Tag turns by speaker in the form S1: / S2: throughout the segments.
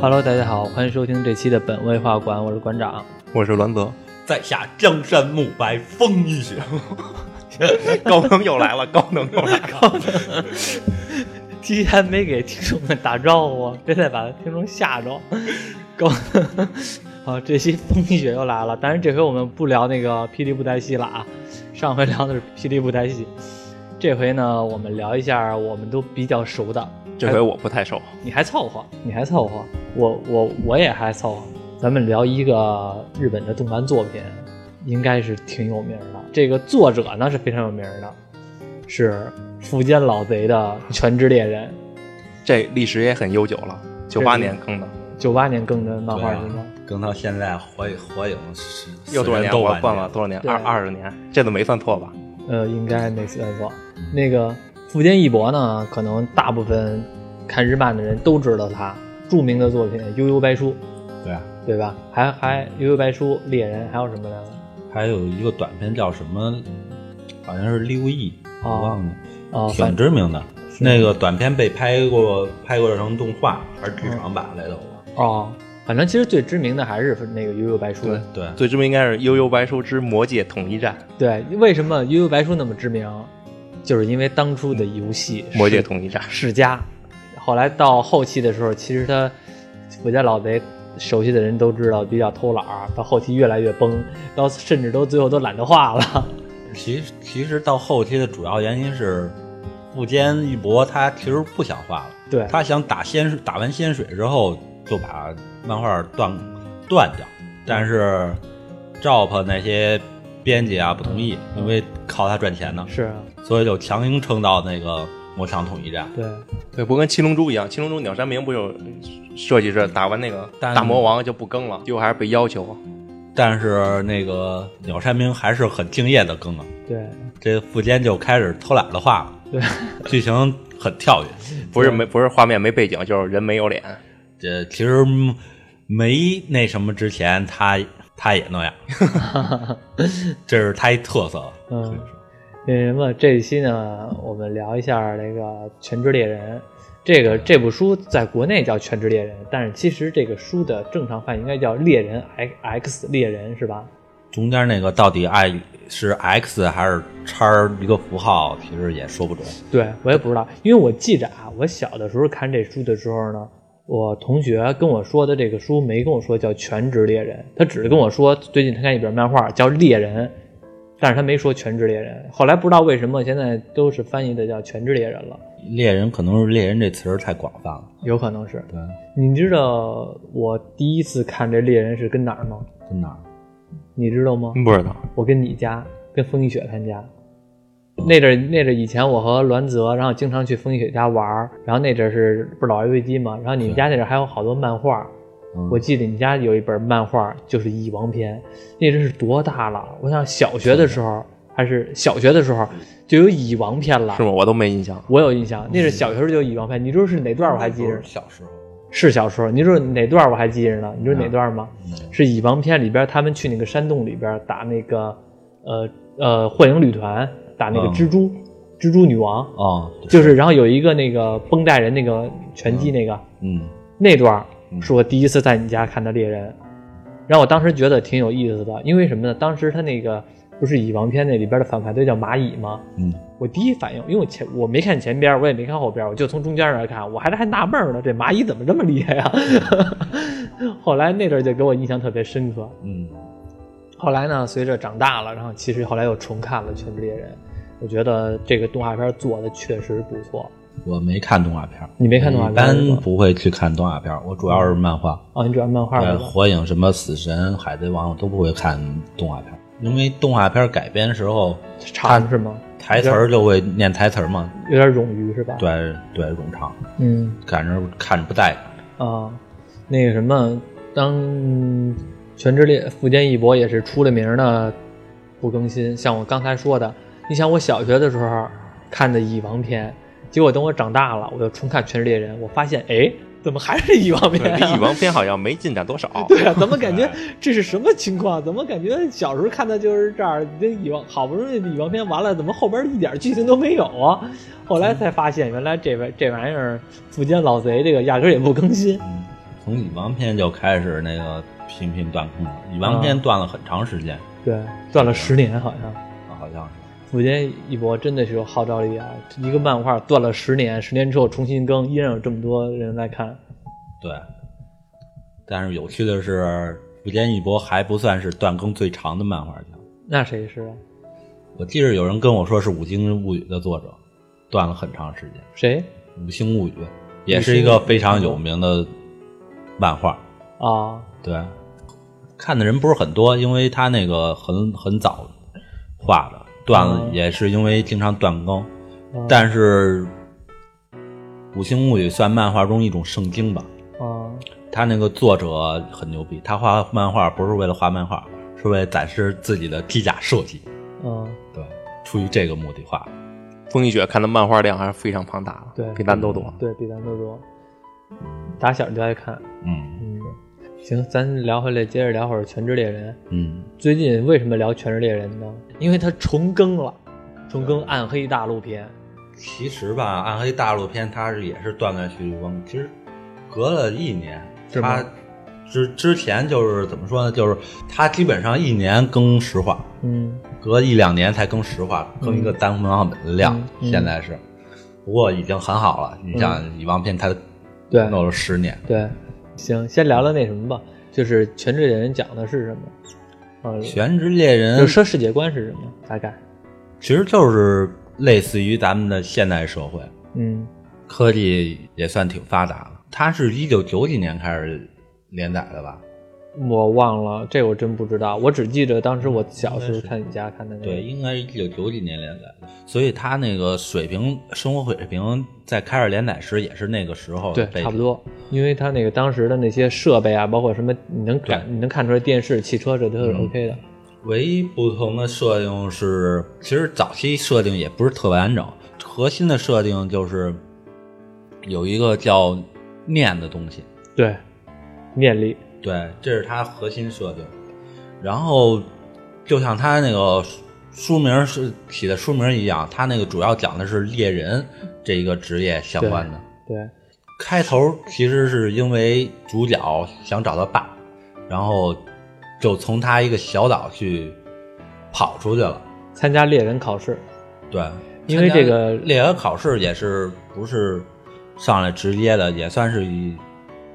S1: Hello，大家好，欢迎收听这期的本位画馆，我是馆长。
S2: 我是栾泽，
S3: 在下江山暮白，风一雪。
S2: 高能又来 了，高能又来了。
S1: 第一还没给听众们打招呼啊，别再把听众吓着。高， 好，这期风一雪又来了，但是这回我们不聊那个霹雳布袋戏了啊，上回聊的是霹雳布袋戏，这回呢，我们聊一下我们都比较熟的。
S2: 这回我不太瘦，
S1: 你还凑合，你还凑合，我我我也还凑合。咱们聊一个日本的动漫作品，应该是挺有名的。这个作者呢是非常有名的，是富坚老贼的《全职猎人
S2: 这历史也很悠久了，九八年坑的，》，
S1: 九八年更的漫
S3: 对
S1: 画
S3: 啊
S1: 是吗？
S3: 更到现在火影火影是
S2: 又多少年？我忘了多
S3: 都
S2: 少年，
S1: 对
S2: 二二十年，这次没算错吧？
S1: 呃，应该没算错。那个富坚义博呢，可能大部分看日漫的人都知道他著名的作品《悠悠白书》，
S3: 对啊，
S1: 对吧？还还《悠悠白书》《猎人》，还有什么来着？
S3: 还有一个短片叫什么？好像是六亿，
S2: 啊
S1: 哦
S3: 我忘了，
S1: 哦，反
S3: 挺知名的。那个短片被拍过，拍过成动画还是剧场版来的？
S1: 哦，反正其实最知名的还是那个《悠悠白书》
S2: 对
S3: 对，
S2: 最知名应该是《悠悠白书之魔界统一战
S1: 对为什么《悠悠白书》那么知名？就是因为当初的游戏》，
S2: 魔界
S1: 界
S2: 统一战，
S1: 世家，后来到后期的时候，其实他我家老贼熟悉的人都知道比较偷懒儿，到后期越来越崩，到甚至都最后都懒得画了。
S3: 其实其实到后期的主要原因是，富坚义博他其实不想画了，
S1: 对
S3: 他想打仙水，打完仙水之后就把漫画断断掉，但是 JOP 那些编辑啊不同意，因为靠他赚钱呢，
S1: 是啊，
S3: 所以就强行撑到那个魔场统一战。
S1: 对，
S2: 对，不跟七龙珠一样，七龙珠鸟山明不有设计是打完那个
S3: 但
S2: 大魔王就不更了，结果还是被要求，
S3: 但是那个鸟山明还是很敬业的更啊，
S1: 对，
S3: 这富坚就开始偷懒的画了，
S1: 对，
S3: 剧情很跳跃。
S2: 不是没不是画面没背景，就是人没有脸，
S3: 这其实嗯没那什么之前，他他也 那样，这是他一特色。
S1: 嗯，那什么，这一期呢，我们聊一下那个《全职猎人》。这个这部书在国内叫《全职猎人》，但是其实这个书的正常翻译应该叫《猎人 X X 猎人》是吧？
S3: 中间那个到底爱是 X 还是叉儿一个符号，其实也说不准。
S1: 对我也不知道，因为我记着啊，我小的时候看这书的时候呢，我同学跟我说的这个书没跟我说叫《全职猎人》，他只是跟我说最近他看一本漫画叫《猎人》，但是他没说《全职猎人》。后来不知道为什么现在都是翻译的叫《全职猎人》了，
S3: 猎人可能是猎人这词儿太广泛了，
S1: 有可能是。
S3: 对，
S1: 你知道我第一次看这猎人是跟哪儿吗？
S3: 跟哪儿？
S1: 你知道吗？
S2: 不知道。
S1: 我跟你家，跟风一雪他们家。那阵儿那阵儿以前我和栾泽，然后经常去风一雪家玩儿，然后那阵儿是不是老游戏机嘛，然后你们家那阵儿还有好多漫画，
S3: 嗯
S1: 我记得你家有一本漫画就是《蚁王篇》，那阵儿是多大了？我想小学的时候还是小学的时候就有《蚁王篇》了
S2: 是，吗？嗯我都没印象。
S1: 我有印象，那是小学时候就有《蚁王篇》，你知道是哪段儿我还记着
S3: 那，是小时候。
S1: 是小时候，你知道哪段儿我还记着呢？你知道哪段儿吗？
S3: 嗯
S1: 是《蚁王篇》里边他们去那个山洞里边打那个呃呃幻影旅团打那个
S3: 嗯
S1: 蜘蛛、蜘蛛女王，
S3: 哦，
S1: 就是然后有一个那个绷带人那个拳击那个、
S3: 嗯，
S1: 那段儿是我第一次在你家看的猎人，然后我当时觉得挺有意思的，因为什么呢？当时他那个不是《蚁王篇》那里边的反派队叫蚂蚁吗？
S3: 嗯，
S1: 我第一反应，因为我前我没看前边儿，我也没看后边儿，我就从中间那儿看，我还还纳闷儿呢，这蚂蚁怎么这么厉害呀、啊 后来那阵儿就给我印象特别深刻。
S3: 嗯，
S1: 后来呢，随着长大了，然后其实后来又重看了《全职猎人》，我觉得这个动画片做的确实不错。
S3: 我没看动画片儿，
S1: 你没看动画
S3: 一
S1: 片儿是
S3: 般
S1: 吗？
S3: 不会去看动画片儿，我主要是漫画。
S1: 哦，你主要漫画
S3: 呃，
S1: 的吧？
S3: 火影、什么死神、海贼王，我都不会看动画片儿，
S1: 嗯
S3: 因为动画片儿改编时候
S1: 长是吗？
S3: 台词儿就会念台词儿嘛，
S1: 有点冗余是吧？，
S3: 对对，冗长，
S1: 嗯
S3: 感觉看着不带感。
S1: 啊，那个什么，当《全职猎》富坚义博也是出了名儿的不更新。像我刚才说的，你想我小学的时候看的《蚁王篇》，结果等我长大了，我又重看《全职猎人》，我发现，哎，怎么还是《蚁王篇》
S2: 对
S1: 啊？
S2: 离蚁王篇好像没进展多少，
S1: 对啊，怎么感觉这是什么情况？怎么感觉小时候看的就是这儿？这蚁王好不容易蚁王篇完了，怎么后边一点剧情都没有啊？后来才发现，原来这玩这玩意儿，富坚老贼这个压根儿也不更新。
S3: 从蚁王篇就开始那个频频断空了，蚁王篇断了很长时间，
S1: 对，断了十年好像。
S3: 啊好像是。
S1: 我觉得一博真的是有号召力啊！一个漫画断了十年，十年之后重新更，依然有这么多人来看。
S3: 对，但是有趣的是，《不见一博》还不算是断更最长的漫画家。
S1: 那谁是啊？
S3: 我记着有人跟我说是《五星物语》的作者，断了很长时间。
S1: 谁
S3: 《五星物语》也是一个非常有名的漫画。
S1: 啊？
S3: 对，看的人不是很多，因为他那个很很早画的，断了
S1: 嗯
S3: 也是因为经常断更。
S1: 嗯
S3: 但是，《五星物语》算漫画中一种圣经吧。
S1: 啊，
S3: 他那个作者很牛逼，他画漫画不是为了画漫画，是为了展示自己的机甲设计。
S1: 嗯，
S3: 对，出于这个目的画。
S2: 风一雪看的漫画量还是非常庞大的，
S1: 对
S2: 比咱都多。
S1: 对比咱都多，打小就爱看。
S3: 嗯
S1: 嗯，行，咱聊回来，接着聊会儿《全职猎人》。
S3: 嗯，
S1: 最近为什么聊《全职猎人》呢？因为它重更了，重更《暗黑大陆篇》。
S3: 其实吧，《暗黑大陆篇》它是也是断断续续更，其实隔了一年，
S1: 是吗
S3: 它之之前就是怎么说呢？就是它基本上一年更十话，
S1: 嗯，
S3: 隔一两年才更十话，更一个单行本的量
S1: 嗯，嗯
S3: 现在是。不过已经很好了，你像《蚁王篇》，它
S1: 对
S3: 弄了十年，
S1: 对，行，先聊聊那什么吧，就是《全职猎人》讲的是什么？呃，
S3: 《全职猎人
S1: 就》说世界观是什么？大概，
S3: 其实就是类似于咱们的现代社会，
S1: 嗯
S3: 科技也算挺发达了。它是一九九几年开始连载的吧？
S1: 我忘了，这我真不知道，我只记得当时我小时候
S3: 嗯应该是
S1: 看你家看的那个。
S3: 对，，应该是一九九几年连载的，所以它那个水平、生活水平在开始连载时也是那个时候，
S1: 对，差不。多，因为他那个当时的那些设备啊，包括什么，你能感你能看出来电视、汽车这都是
S3: 嗯
S1: OK 的。
S3: 唯一不同的设定是，其实早期设定也不是特完整，核心的设定就是有一个叫念的东西，
S1: 对，念力，
S3: 对，这是它核心设定。然后，就像它那个书书名是起的书名一样，它那个主要讲的是猎人这一个职业相关的。
S1: 对，
S3: 开头其实是因为主角想找他爸，然后就从他一个小岛去跑出去了。
S1: 参加猎人考试。
S3: 对，
S1: 因为
S3: 参加
S1: 这个
S3: 猎人考试也是不是上来直接的，也算是一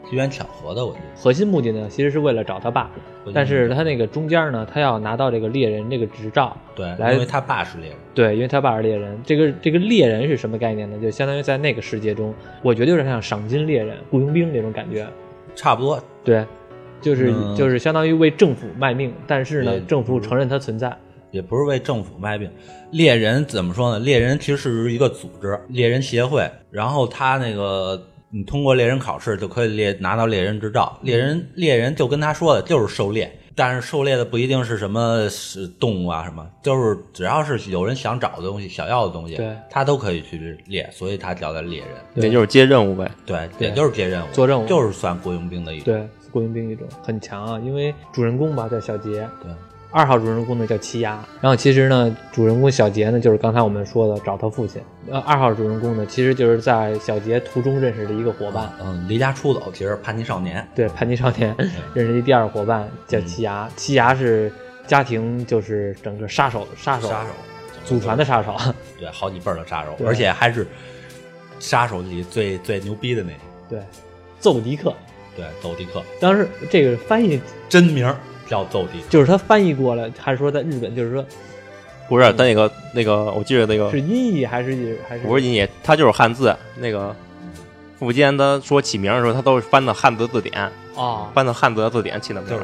S3: 机缘巧合的，我觉得。
S1: 核心目的呢，其实是为了找他爸，
S3: 目的
S1: 但是他那个中间呢，他要拿到这个猎人这个执照。
S3: 对，
S1: 来
S3: 因为他爸是猎人。
S1: 对，因为他爸是猎人。这个这个猎人是什么概念呢？就相当于在那个世界中，我觉得有点像赏金猎人、雇佣兵那种感觉。
S3: 差不多，
S1: 对，就是、
S3: 嗯
S1: 就是相当于为政府卖命，但是呢，
S3: 对
S1: 政府承认他存在。
S3: 也不是为政府卖命。猎人怎么说呢？猎人其实是一个组织，猎人协会。然后他那个，你通过猎人考试就可以猎拿到猎人执照。猎人猎人就跟他说的就是狩猎，但是狩猎的不一定是什么是动物啊什么，就是只要是有人想找的东西、想要的东西
S1: 对，
S3: 他都可以去猎，所以他叫他猎人。
S1: 对
S2: 也就是接任务呗。
S3: 对，
S1: 对
S3: 也就是接任务，
S1: 做任务
S3: 就是算雇佣兵的一种。
S1: 对，雇佣兵一种很强啊，因为主人公吧叫小杰，
S3: 对
S1: 二号主人公呢叫奇牙，然后其实呢，主人公小杰呢就是刚才我们说的找他父亲，呃，二号主人公呢其实就是在小杰途中认识的一个伙伴，
S3: 嗯，离家出走其实叛逆少年。
S1: 对，叛逆少年
S3: 嗯
S1: 认识一第二伙伴叫奇牙，奇牙是家庭就是整个杀手杀手
S3: 杀手，嗯
S1: 祖传的杀手，
S3: 对，好几辈儿的杀手，
S1: 对
S3: 而且还是杀手里最最牛逼的那个，
S1: 对，揍迪克，
S3: 对，邹迪克，
S1: 当时这个翻译
S3: 真名儿叫邹迪克，
S1: 就是他翻译过来，还是说在日本就是说
S2: 不是，他那个那个，我记得那
S3: 嗯
S2: 个
S1: 是音译还是还是
S2: 不是音译，他就是汉字。那个富坚他说起名的时候，他都是翻的汉字字典，
S1: 啊
S2: 翻的汉字字典起的名。
S3: 就是，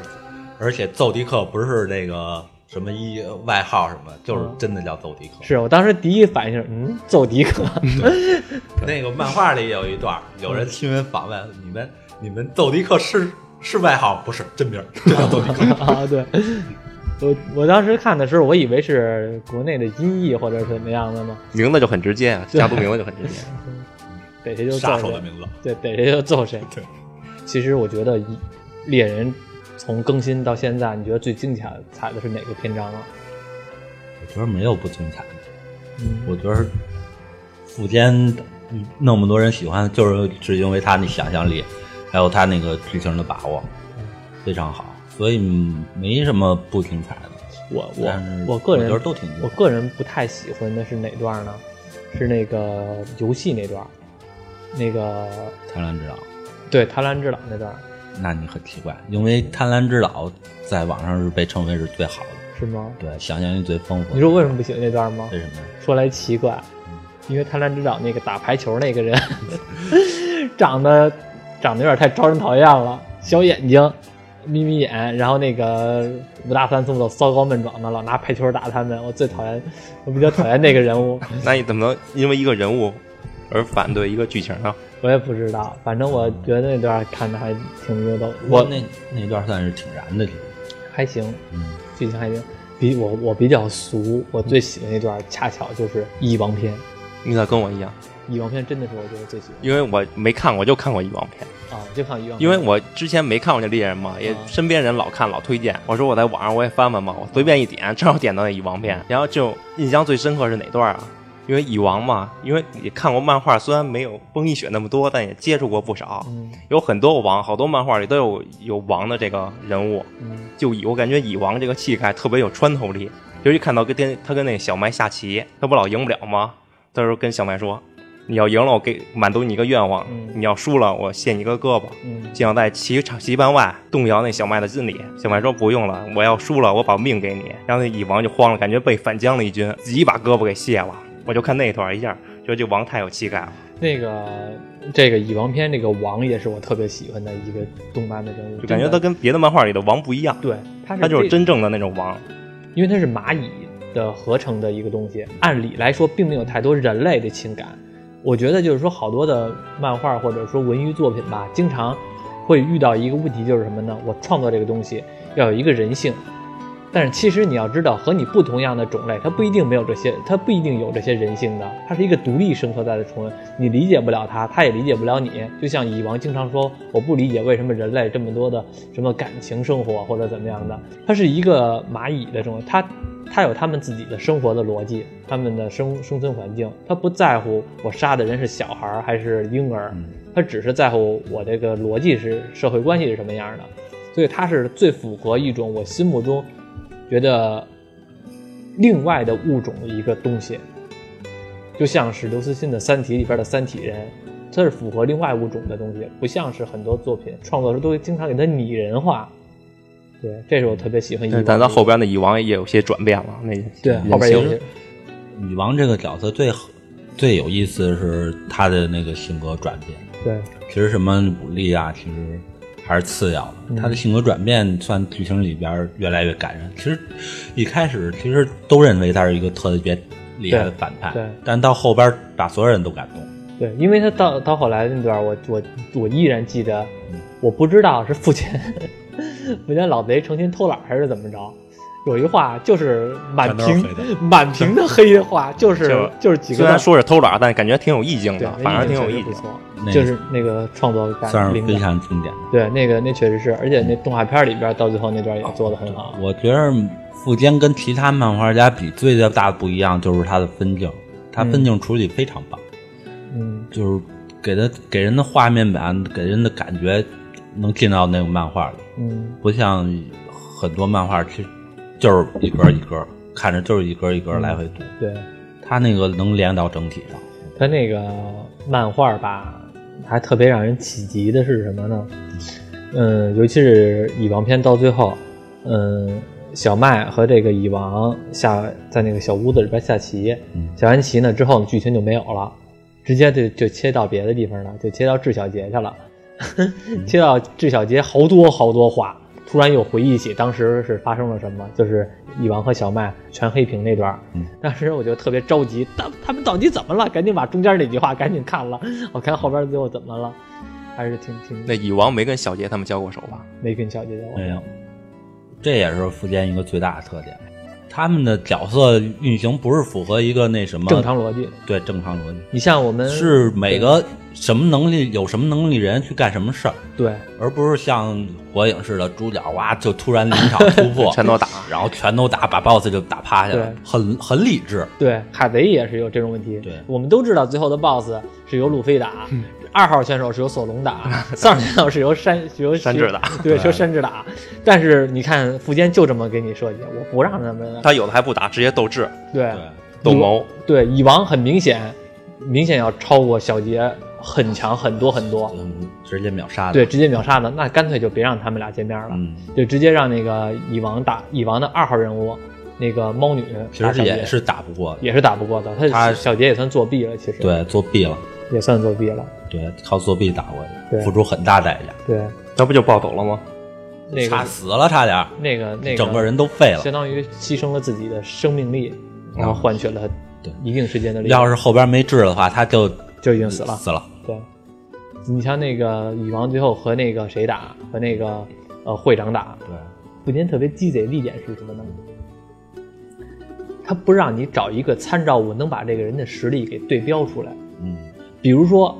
S3: 而且邹迪克不是那个什么一外号什么，就是
S1: 嗯
S3: 真的叫邹迪克。
S1: 是我当时第一反应是，嗯，揍迪克，
S3: 那个漫画里有一段儿，有人新闻访问你们，你们邹迪克是是外号，不是真名儿，真叫邹迪 克。
S1: 啊，对，我我当时看的时候，我以为是国内的音译或者是怎么样的嘛，
S2: 名字就很直接啊，家族名字就很直接。
S1: 逮谁就
S3: 杀
S1: 揍
S3: 手的
S1: 谁，
S3: 名字，
S1: 对，逮谁就揍谁。
S3: 对，
S1: 其实我觉得一猎人从更新到现在，你觉得最精彩彩的是哪个篇章啊？
S3: 我觉得没有不精彩的。
S1: 嗯，
S3: 我觉得富坚那么多人喜欢，就是只因为他那想象力，还有他那个剧情的把握非常好，所以嗯没什么不精彩的。
S1: 我
S3: 但是
S1: 我我个人
S3: 我觉得都挺精彩
S1: 我个人不太喜欢的是哪段呢？是那个游戏那段，那个
S3: 贪婪之岛，
S1: 对贪婪之岛那段
S3: 那你很奇怪，因为贪婪之岛在网上是被称为是最好的，
S1: 是吗？
S3: 对，想象力最丰富的。
S1: 你说为什么不喜欢那段吗
S3: 为？什么呀？
S1: 说来奇怪，因为贪婪之岛那个打排球那个人 长得长得有点太招人讨厌了，小眼睛，眯眯眼，然后那个五大三粗的骚高闷壮的，老拿排球打他们，我最讨厌，我比较讨厌那个人物。
S2: 那你怎么能因为一个人物而反对一个剧情呢？啊
S1: 我也不知道，反正我觉得那段看的还挺牛的，我
S3: 那那段算是挺燃的，其实嗯
S1: 还行，剧情还行。比我我比较俗，我最喜欢那段恰巧就是蚁王篇，
S2: 你咋跟我一样？
S1: 蚁王篇真的是我觉得最喜欢
S2: 因为我没看过，就看过以往片。
S1: 啊，就看蚁王篇，
S2: 因为我之前没看过这猎人嘛，也
S1: 啊
S2: 身边人老看老推荐，我说我在网上我也翻翻嘛，我随便一点，正好点到那蚁王
S1: 嗯
S2: 篇，然后就印象最深刻是哪段啊？因为蚁王嘛，因为也看过漫画，虽然没有崩一雪那么多，但也接触过不少，
S1: 嗯
S2: 有很多王，好多漫画里都有有王的这个人物，
S1: 嗯
S2: 就以我感觉蚁王这个气概特别有穿透力，尤其看到跟跟他跟那个小麦下棋，他不老赢不了吗？他说跟小麦说，你要赢了我给满足你一个愿望，
S1: 嗯
S2: 你要输了我卸你一个胳膊。
S1: 嗯
S2: 就想在棋场棋盘外动摇那小麦的心理。小麦说不用了，我要输了我把命给你。然后那蚁王就慌了，感觉被反将了一军，自己把胳膊给卸了。我就看那段一下，觉得这王太有气概了。
S1: 那个这个蚁王篇这个王也是我特别喜欢的一个动漫的人物，
S2: 就感觉
S1: 真
S2: 他
S1: 的
S2: 跟别的漫画里的王不一样，
S1: 对他是
S2: 他就是
S1: 这，
S2: 真正的那种王。
S1: 因为他是蚂蚁的合成的一个东西，按理来说并没有太多人类的情感。我觉得就是说，好多的漫画或者说文娱作品吧，经常会遇到一个问题，就是什么呢？我创作这个东西要有一个人性，但是其实你要知道，和你不同样的种类，它不一定没有这些，它不一定有这些人性的，它是一个独立生活在的虫，你理解不了它，它也理解不了你。就像蚁王经常说，我不理解为什么人类这么多的什么感情生活或者怎么样的，它是一个蚂蚁的生活，它它有他们自己的生活的逻辑，他们的生生存环境，它不在乎我杀的人是小孩儿还是婴儿，它只是在乎我这个逻辑是社会关系是什么样的。所以它是最符合一种我心目中觉得另外的物种的一个东西，就像是刘慈欣的《三体》里边的三体人，它是符合另外物种的东西，不像是很多作品创作时都经常给它拟人化。对，这是我特别喜欢。
S2: 但到后，边的蚁王也有些转变了，那
S1: 对后边有些
S3: 女王这个角色最好最有意思的是她的那个性格转变，
S1: 对，
S3: 其实什么武力啊，其实还是次要
S1: 嗯
S3: 的。她的性格转变算剧情里边儿越来越感人。其实一开始其实都认为她是一个特别厉害的反派
S1: 对对，
S3: 但到后边儿把所有人都感动。
S1: 对，因为他到到后来那段儿，我我我依然记得，我不知道是父亲父亲老贼成心偷懒儿还是怎么着，有一话就是满
S3: 全
S1: 屏
S3: 都是黑
S1: 满屏的黑话，就是
S2: 就
S1: 就是几个
S2: 虽
S1: 字儿
S2: 然说是偷懒，但感觉挺有意境
S1: 对
S2: 的，，反而挺有
S1: 意
S2: 意
S1: 不
S2: 境。
S1: 错
S3: 那，
S1: 就是那个创作
S3: 算
S1: 感
S3: 是
S1: 灵
S3: 非
S1: 感，
S3: 常经典的。
S1: 对，那个那确实是，而且那动画片儿里边儿到最后那段儿也做的很好，
S3: 我觉得富坚跟其他漫画家比最大的不一样就是他的分镜，他分镜处理非常棒，
S1: 嗯，
S3: 就是给他给人的画面感，给人的感觉能进到那个漫画里，
S1: 嗯
S3: 不像很多漫画其实就是一格一格看着就是一格一格来回读，
S1: 对
S3: 他那个能连到整体上。
S1: 他那个漫画儿吧，还特别让人起急的是什么呢？嗯，尤其是蚁王篇到最后，嗯，小麦和这个蚁王下在那个小屋子里边下棋，下完棋呢之后，剧情就没有了，直接就就切到别的地方了，就切到智小杰去了， 切到智小杰好多好多话，突然又回忆起当时是发生了什么，就是蚁王和小麦全黑屏那段儿，当时我就特别着急，他他们到底怎么了？赶紧把中间那句话赶紧看了，我看后边最后怎么了，还是挺挺
S2: 那蚁王没跟小杰他们交过手吧？，
S1: 没跟小姐姐我。
S3: 没有，这也是富坚一个最大的特点。他们的角色运行不是符合一个那什么
S1: 正常嗯逻辑。
S3: 对正常逻辑，
S1: 你像我们
S3: 是每个什么能力有什么能力人去干什么事儿，
S1: 对
S3: 而不是像火影似的主角哇就突然临场突破
S2: 全都打
S3: 然后全都打，把 BOSS 就打趴下了
S1: 对，
S3: 很很理智。
S1: 对，海贼也是有这种问题。
S3: 对
S1: 我们都知道最后的 BOSS 是由路飞打，二号选手是由索隆打，三号选手是由山是由
S2: 山治打，
S1: 对，是由山治打。但是你看富坚就这么给你设计，我不让他们
S2: 他有的还不打，直接斗智
S1: 对
S3: 对，
S2: 斗谋。
S1: 对蚁王很明显，明显要超过小杰很强很多很多，
S3: 嗯，直接秒杀的。
S1: 对，，直接秒杀的，那干脆就别让他们俩见面了，
S3: 嗯，
S1: 就直接让那个蚁王打蚁王的二号人物那个猫女
S3: 其
S1: 打小
S3: 实
S1: 杰，
S3: 也是打不过的，
S1: 也是打不过的，
S3: 他
S1: 他小杰也算作弊了，其实
S3: 对，作弊了，
S1: 也算作弊了，
S3: 对，靠作弊打过
S1: 对
S3: 的，付出很大代价，
S1: 对，
S2: 那不就暴走了吗？
S1: 那
S3: 差
S1: 个
S3: 死了，差点儿，
S1: 那个那个
S3: 整个人都废了。哦
S1: 相当于牺牲了自己的生命力，然后换取了
S3: 对
S1: 一定时间的力量，
S3: 要是后边没治的话，他就
S1: 就已经死了。
S3: 死了。
S1: 对，你像那个蚁王最后和那个谁打，和那个呃会长打，
S3: 对，
S1: 富坚特别鸡贼的一点是什么呢？他不让你找一个参照物能把这个人的实力给对标出来。
S3: 嗯，
S1: 比如说，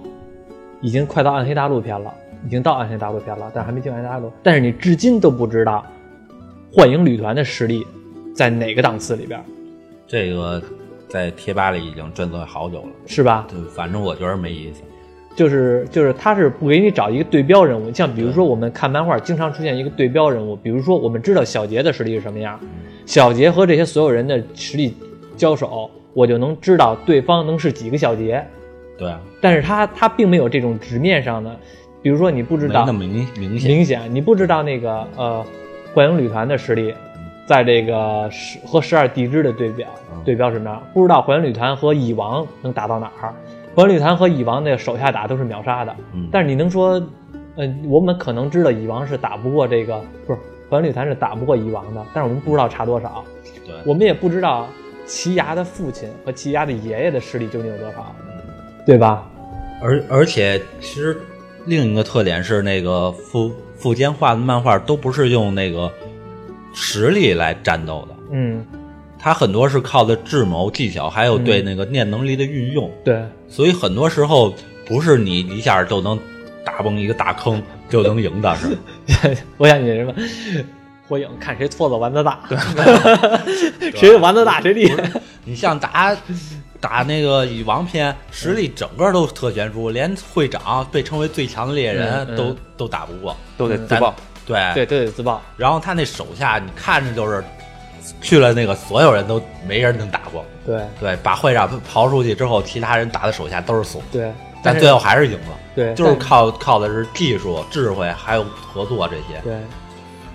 S1: 已经快到暗黑大陆篇了，已经到暗黑大陆篇了，但是还没进暗黑大陆，但是你至今都不知道幻影旅团的实力在哪个档次里边儿，
S3: 这个在贴吧里已经争论好久了。
S1: 是吧？
S3: 对，反正我觉得没意思。
S1: 就是就是他是不给你找一个对标人物，像比如说我们看漫画经常出现一个对标人物，比如说我们知道小杰的实力是什么样，小杰和这些所有人的实力交手，我就能知道对方能是几个小杰，
S3: 对啊，
S1: 但是他他并没有这种直面上的，比如说你不知
S3: 没
S1: 道
S3: 那么明明显。
S1: 明显，你不知道那个呃，幻影旅团的实力，在这个十和十二地支的对标
S3: 嗯
S1: 对标什么样？不知道幻影旅团和蚁王能打到哪儿？幻影旅团和蚁王的手下打都是秒杀的，
S3: 嗯
S1: 但是你能说，呃，我们可能知道蚁王是打不过这个，不是幻影旅团是打不过蚁王的，但是我们不知道差多少，
S3: 对，
S1: 我们也不知道奇牙的父亲和奇牙的爷爷的实力究竟有多少，对吧？
S3: 而而且其实另一个特点是，那个富富坚画的漫画都不是用那个实力来战斗的，
S1: 嗯，
S3: 他很多是靠的智谋、技巧，还有对那个念能力的运用。
S1: 对。
S3: 所以很多时候不是你一下就能打崩一个大坑就能赢的， 是吧
S1: 我想起什么？火影看谁搓的丸子大， 谁的丸子大谁厉害。
S3: 你像打打那个蚁王篇，实力整个都特悬殊，连会长被称为最强的猎人
S1: 嗯嗯
S3: 都、都打不过。
S2: 都得自
S3: 咱
S2: 爆，
S3: 对
S1: 对，都得自爆。
S3: 然后他那手下，你看着就是去了那个，所有人都没人能打过。
S1: 对
S3: 对，把会长刨出去之后，其他人打的手下都是怂，
S1: 对，
S3: 但
S1: 是
S3: 最后还是赢了。
S1: 对
S3: 就是
S1: 但
S3: 靠靠的是技术、智慧还有合作这些。
S1: 对，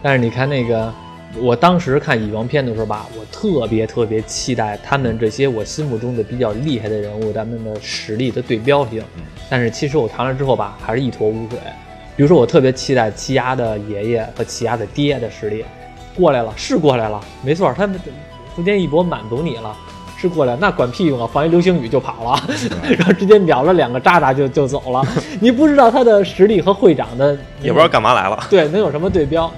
S1: 但是你看那个，我当时看蚁王篇的时候吧，我特别特别期待他们这些我心目中的比较厉害的人物，他们的实力的对标性。
S2: 嗯
S1: 但是其实我看了之后吧，还是一坨污水。比如说，我特别期待奇牙的爷爷和奇牙的爹的实力，过来了是过来了，没错，他们福建一博满足你了。是过来，那管屁用啊！放一流星雨就跑了， 然后直接秒了两个渣渣就就走了。你不知道他的实力和会长的
S2: 也不知道干嘛 来了。
S1: 对，能有什么对标？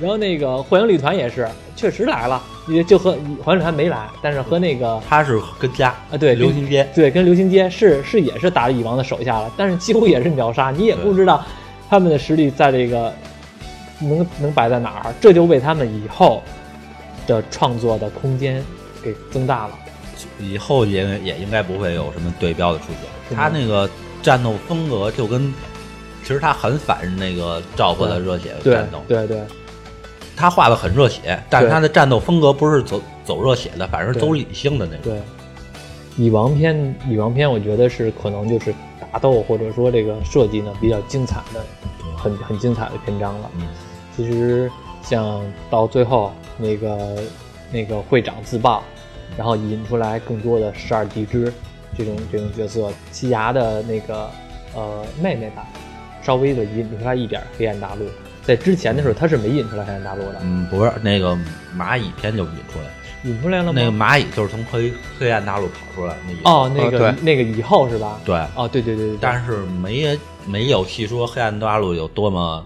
S1: 然后那个幻影旅团也是，确实来了，也就和幻影旅团没来，但是和那个
S3: 他是跟家
S1: 啊对
S3: 流星街，
S1: 嗯对跟流星街是是也是打了蚁王的手下了，但是几乎也是秒杀，你也不知道他们的实力在这个能能摆在哪儿，这就为他们以后的创作的空间给增大了。
S3: 以后也也应该不会有什么对标的出
S1: 是
S3: 现。
S1: 吗
S3: 他那个战斗风格就跟，其实他很反那个赵括的热血
S1: 对
S3: 战斗，
S1: 对对
S3: 他画的很热血，但是
S1: 对
S3: 他的战斗风格不是走走热血的，反而是
S1: 对
S3: 走理性的那种。
S1: 对，蚁王篇蚁王篇，我觉得是可能就是打斗或者说这个设计呢比较精彩的，很很精彩的篇章了。
S3: 嗯，
S1: 其实像到最后那个那个会长自爆，然后引出来更多的十二地支这种这种角色，奇牙的那个呃妹妹吧，稍微的引出来一点黑暗大陆。在之前的时候，他是没引出来黑暗大陆的，
S3: 嗯，不是那个蚂蚁篇就引出来，
S1: 引出来了吗？
S3: 那个蚂蚁就是从黑黑暗大陆跑出来那蚁
S1: 哦，那个、
S2: 呃对
S1: 那个以后是吧？
S3: 对，
S1: 哦，对对对对，
S3: 但是没没有细说黑暗大陆有多么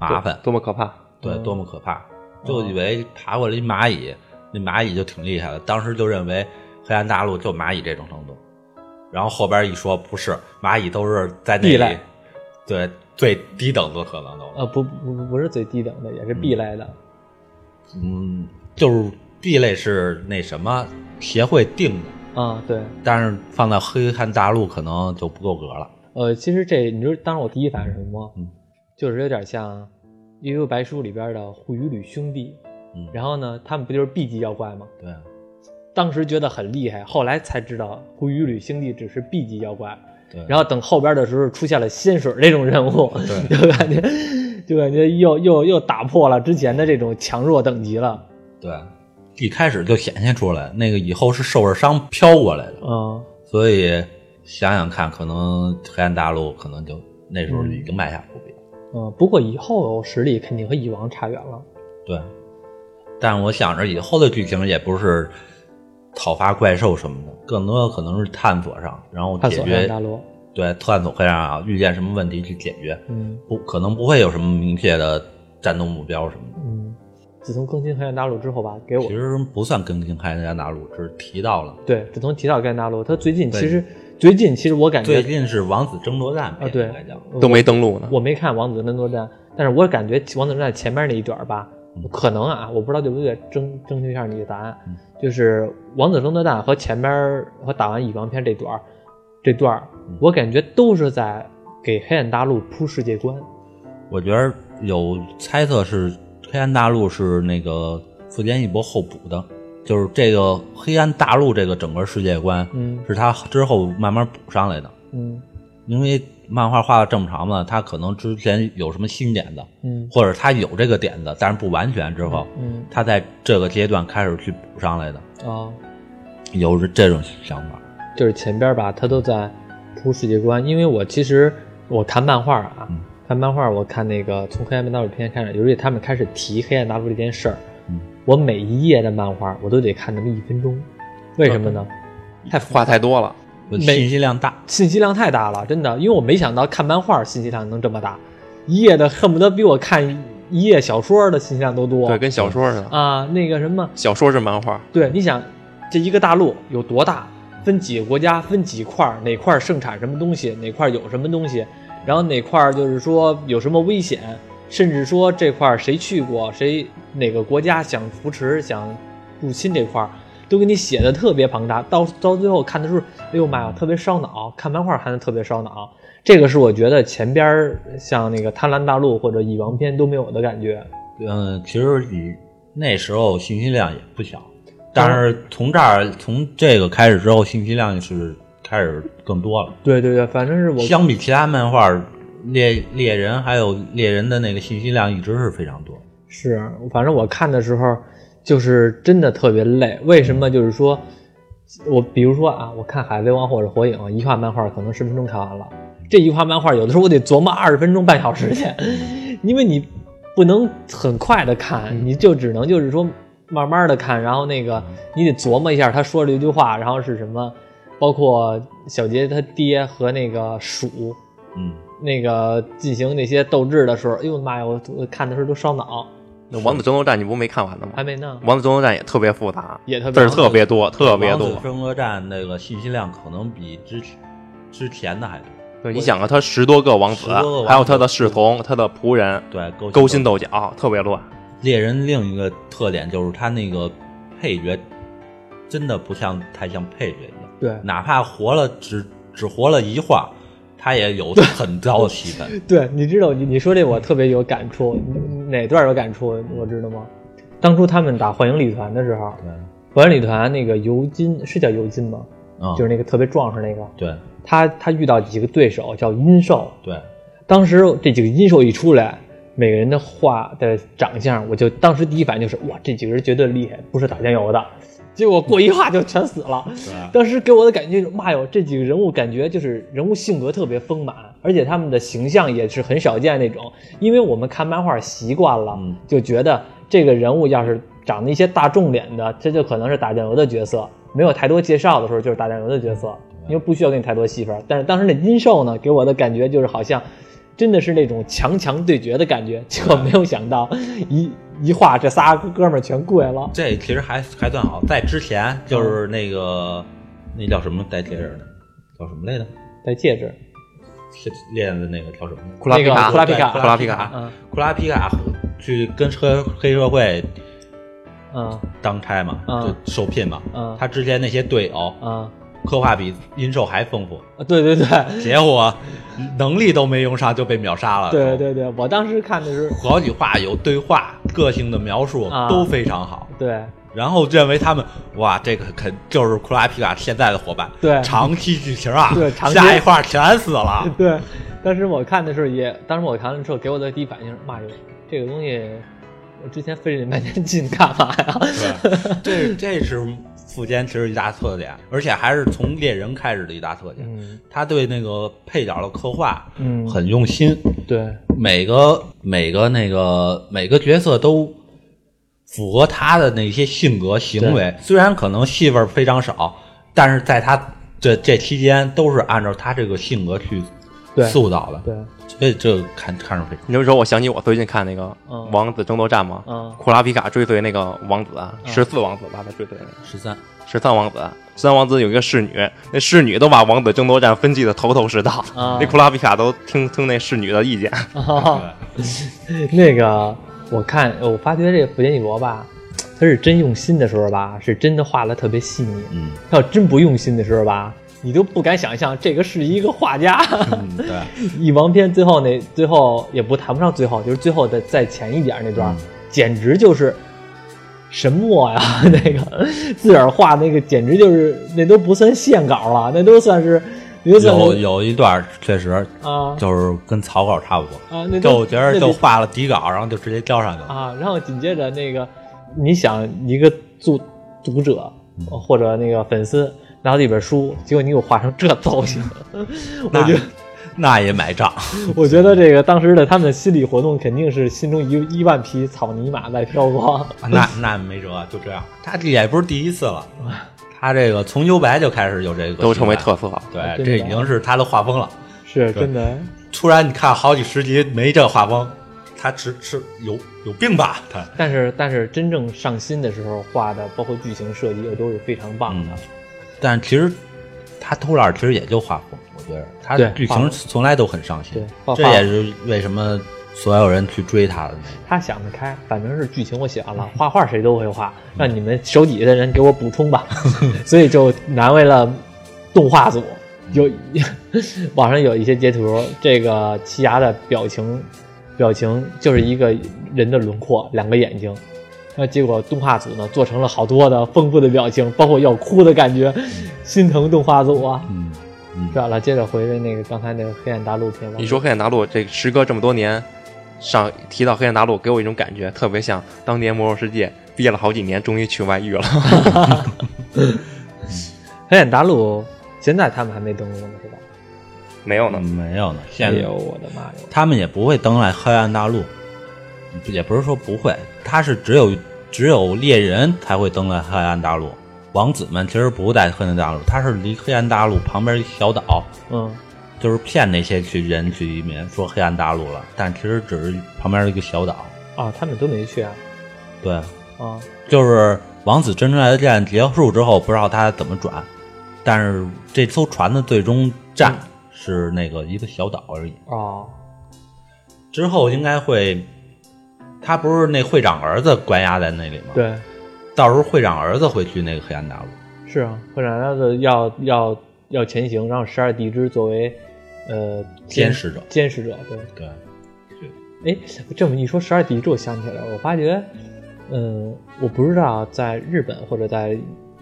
S3: 麻烦，
S2: 多么可怕！
S3: 对，
S1: 嗯
S3: 多么可怕！就以为爬过了一蚂蚁，那蚂蚁就挺厉害的，当时就认为黑暗大陆就蚂蚁这种程度。然后后边一说不是，蚂蚁都是在那
S1: 地
S3: 里
S1: 类，
S3: 对最低等的可能都是，
S1: 呃，不不不不是最低等的，也是 B 类的。
S3: 嗯，就是 B 类是那什么协会定的，
S1: 啊，对，
S3: 但是放到黑暗大陆可能就不够格了。
S1: 呃，其实这你知道，当时我第一反应是什么？
S3: 嗯
S1: 就是有点像《幽游白书》里边的护鱼吕兄弟。
S3: 嗯
S1: 然后呢，他们不就是 B 级妖怪吗？
S3: 对啊，
S1: 当时觉得很厉害，后来才知道护鱼吕兄弟只是 B 级妖怪。
S3: 对，
S1: 然后等后边的时候出现了仙水这种人物，
S3: 对
S1: 就感觉就感觉又又又打破了之前的这种强弱等级了。
S3: 对，一开始就显现出来，那个以后是受着伤飘过来的，
S1: 嗯，
S3: 所以想想看，可能黑暗大陆可能就那时候已经埋下伏笔。
S1: 嗯，不过以后实力肯定和以往差远了。
S3: 对，但我想着以后的剧情也不是讨伐怪兽什么的，更多的可能是探索上，然后
S1: 探
S3: 解
S1: 索黑
S3: 决
S1: 暗大陆，
S3: 对探索会让啊遇见什么问题去解决，
S1: 嗯
S3: 不可能不会有什么明确的战斗目标什么的。
S1: 嗯，自从更新黑暗大陆之后吧，哎给我
S3: 其实不算更新开山大陆，只是提到了。
S1: 对，自从提到黑暗大陆，他最近
S3: 对
S1: 其实最近其实我感
S3: 最
S1: 觉
S3: 近是王子争夺战
S1: 啊对
S3: 应该叫
S2: 都没登录呢。
S1: 我没看《王子争夺战》，但是我感觉《王子争夺战》前面那一段儿吧，可能啊，我不知道对不对，征征求一下你的答案，
S3: 嗯
S1: 就是《王子争夺战》和前面儿和打完蚁王篇这段儿，这段儿
S3: 嗯
S1: 我感觉都是在给黑暗大陆铺世界观。
S3: 我觉得有猜测是黑暗大陆是那个富坚义博后补的，就是这个黑暗大陆这个整个世界观
S1: 嗯
S3: 是他之后慢慢补上来的，
S1: 嗯
S3: 因为漫画画的这么长嘛，他可能之前有什么新点子，
S1: 嗯
S3: 或者他有这个点子，但是不完全之后，
S1: 嗯
S3: 他在这个阶段开始去补上来的，
S1: 啊，
S3: 有这种想法。
S1: 就是前边儿吧，他都在铺世界观。因为我其实我看漫画啊，
S3: 嗯
S1: 看漫画，我看那个从黑暗大陆篇开始，尤其他们开始提黑暗大陆这件事儿，
S3: 嗯
S1: 我每一页的漫画我都得看那么一分钟，为什么呢？太复杂
S2: 话太多了，
S1: 没
S3: 信息量大，
S1: 信息量太大了，真的，因为我没想到看漫画信息量能这么大，一页的恨不得比我看一页小说的信息量都多。
S2: 对，跟小说似的。
S1: 啊，那个什么，
S2: 小说是漫画，
S1: 对，你想这一个大陆有多大，分几个国家，分几块儿，哪块儿盛产什么东西，哪块儿有什么东西，然后哪块儿就是说有什么危险，甚至说这块儿谁去过，谁哪个国家想扶持、想入侵这块儿，都给你写的特别庞大。到到最后看的时候，哎呦妈呀，特别烧脑，看漫画看的特别烧脑。这个是我觉得前边儿像那个《贪婪大陆》或者《蚁王篇》都没有的感觉。
S3: 嗯，其实你那时候信息量也不小，但是从这儿从这个开始之后，信息量是开始更多了。
S1: 对对对，反正是我
S3: 相比其他漫画，猎猎人还有猎人的那个信息量一直是非常多。
S1: 是，反正我看的时候就是真的特别累。为什么？就是说，我比如说啊，我看《海贼王》或者《火影》，一画漫画可能十分钟看完了，这一画漫画有的时候我得琢磨二十分钟、半小时去， 因为你不能很快的看，你就只能就是说慢慢的看，然后那个你得琢磨一下他说这句话，然后是什么，包括小杰他爹和那个鼠。
S3: 嗯，
S1: 那个进行那些斗智的时候，哎呦妈呀！我我看的时候都烧脑，
S2: 那《王子争夺战》你不没看完呢吗？
S1: 还没呢，
S2: 《王子争夺战》也特别复杂，
S1: 也特别
S2: 字儿特别多，特别
S3: 王
S2: 多
S3: 子。争夺战那个信息量可能比之之前的还多。
S2: 对，你想啊，他十多个王
S3: 十
S2: 子
S3: 多个王，子
S2: 还有他的侍从、他的仆人，
S3: 对，勾
S2: 勾心斗角，特别乱。
S3: 猎人另一个特点就是他那个配角真的不像太像配角一样。
S1: 对
S3: 哪怕活了只只活了一话，他也有很高的戏份。
S1: 对，你知道你你说这我特别有感触，你哪段有感触我知道吗？当初他们打幻影旅团的时候，
S3: 对，
S1: 幻影旅团那个尤金是叫尤金吗？
S2: 啊
S3: 嗯，
S1: 就是那个特别壮实那个，
S3: 对
S1: 他他遇到几个对手叫阴兽，
S3: 对，
S1: 当时这几个阴兽一出来，每个人的画的长相，我就当时第一反应就是哇，这几个人绝对厉害，不是打酱油的。结果过一画就全死了。当时给我的感觉就是，妈哟，这几个人物感觉就是人物性格特别丰满，而且他们的形象也是很少见那种。因为我们看漫画习惯了，
S3: 嗯
S1: 就觉得这个人物要是长得一些大众脸的，这就可能是打酱油的角色。没有太多介绍的时候，就是打酱油的角色，因为不需要给你太多戏份。但是当时那阴兽呢，给我的感觉就是好像真的是那种强强对决的感觉。结果没有想到，一一画这仨哥们儿全跪了。
S3: 这其实还还算好，在之前
S1: 嗯
S3: 就是那个那叫什么戴戒指的，叫什么来着？
S1: 戴戒指，
S3: 是练的那个叫什么？
S2: 库拉皮
S1: 那
S2: 卡，
S1: 个库拉皮卡
S3: 对
S2: 库拉皮
S3: 皮
S2: 卡，
S1: 嗯
S3: 库拉皮卡去跟黑黑社会
S1: 嗯
S3: 当差嘛，
S1: 嗯
S3: 就受聘嘛
S1: 嗯。
S3: 他之前那些队友
S1: 嗯
S3: 刻画比殷寿还丰富，
S1: 啊对对 对，
S3: 结果能力都没用上就被秒杀了。
S1: 嗯对对对，我当时看的是，
S3: 好几话有对话，个性的描述
S1: 啊
S3: 都非常好。
S1: 对
S3: 然后认为他们哇，这个肯就是库拉皮卡现在的伙伴，
S1: 对
S3: 长期剧情啊，
S1: 对长期
S3: 下一话全死了，
S1: 对，当时我看的时候也，当时我看的时候给我的第一反应是，妈呀，这个东西我之前费这半天劲干嘛呀？
S3: 这这是富坚其实一大特点，而且还是从猎人开始的一大特点，
S1: 嗯
S3: 他对那个配角的刻画
S1: 嗯，
S3: 很用心，
S1: 对，
S3: 每个每个那个每个角色都符合他的那些性格行为，虽然可能戏份儿非常少，但是在他这这期间都是按照他这个性格去
S1: 对
S3: 塑造的，
S1: 对，
S3: 所以这个看看着非常
S2: 你这么说，我想起我最近看那个
S1: 嗯
S2: 《王子争夺战》嘛，
S1: 嗯
S2: 库拉皮卡追随那个王子啊，十四王子吧，他追随那个
S3: 十三，
S2: 十三王子，十三王子有一个侍女，那侍女都把王子争夺战分析的头头是道，
S1: 啊
S2: 那库拉皮卡都听听那侍女的意见。
S1: 那个我看我发觉这个福建一博吧，他是真用心的时候吧，是真的画的特别细腻，
S3: 嗯
S1: 他要真不用心的时候吧。你都不敢想象，这个是一个画家。
S3: 嗯，对，
S1: 蚁王篇最后那最后也不谈不上最后，就是最后的再前一点那段，
S3: 嗯
S1: 简直就是神墨呀！ 那个自个儿画那个，简直就是那都不算线稿了，那都算是，那都算
S3: 有
S1: 是
S3: 有一段儿确实
S1: 啊
S3: 就是跟草稿差不多，
S1: 啊，那
S3: 就
S1: 都
S3: 我觉得
S1: 那
S3: 就
S1: 得
S3: 画了底稿，然后就直接交上去了。
S1: 啊，然后紧接着那个，你想一个读读者
S3: 嗯
S1: 或者那个粉丝拿到一本书，结果你给我画成这造型，我
S3: 那
S1: 觉得
S3: 那也买账，
S1: 我觉得这个当时的他们的心理活动肯定是心中一一万匹草泥马在飘过。
S3: 啊那那没辙，就这样。他这也不是第一次了，他这个从幽白就开始有这个，
S2: 都成为。特色了。
S3: 对，
S1: 真的
S3: 这已经是他的画风了。
S1: 是真的，
S3: 突然你看好几十集没这画风，他只是有有病吧？他
S1: 但是但是真正上心的时候画的，包括剧情设计，又都是非常棒的。
S3: 但其实他偷懒其实也就画风，我觉得他
S1: 对
S3: 剧
S1: 画
S3: 情
S1: 风
S3: 从来都很上心
S1: 对，画
S3: 这
S1: 画
S3: 也是为什么所有人去追他的那个。
S1: 他想得开，反正是剧情我写完了，画画谁都会画，让你们手底下的人给我补充吧，所以就难为了动画组。有 网上有一些截图，这个奇牙的表情，表情就是一个人的轮廓，两个眼睛。那结果动画组呢做成了好多的丰富的表情，包括要哭的感觉，心疼动画组啊。
S3: 嗯
S1: 是吧？了，接着回到那个刚才那个黑暗大陆篇吧。
S2: 你说《黑暗大陆》这时隔这么多年，上提到《黑暗大陆》，给我一种感觉，特别像当年《魔兽世界》憋了好几年，终于去 外遇了。
S1: 黑暗大陆现在他们还没登陆呢，是吧？
S2: 没有呢，
S3: 嗯没有呢，
S1: 哎
S3: 现在
S1: 呦，我的妈呀！
S3: 他们也不会登来黑暗大陆，也不是说不会，他是只有只有猎人才会登来黑暗大陆，王子们其实不在黑暗大陆，他是离黑暗大陆旁边一小岛，
S1: 嗯，
S3: 就是骗那些去人去移民说黑暗大陆了，但其实只是旁边一个小岛。
S1: 啊，他们都没去啊，
S3: 对，
S1: 啊，
S3: 就是王子真正爱的战结束之后，不知道他怎么转，但是这艘船的最终站是那个一个小岛而已。
S1: 哦，
S3: 之后应该会，他不是那会长儿子关押在那里吗？，
S1: 对，
S3: 到时候会长儿子会去那个黑暗大陆。
S1: 是啊，会长他的要要要前行，让十二地支作为呃
S3: 监视者
S1: 监视者，对。
S3: 对，
S1: 哎，这么一说，十二地支，我想起来了，我发觉，嗯，我不知道在日本或者在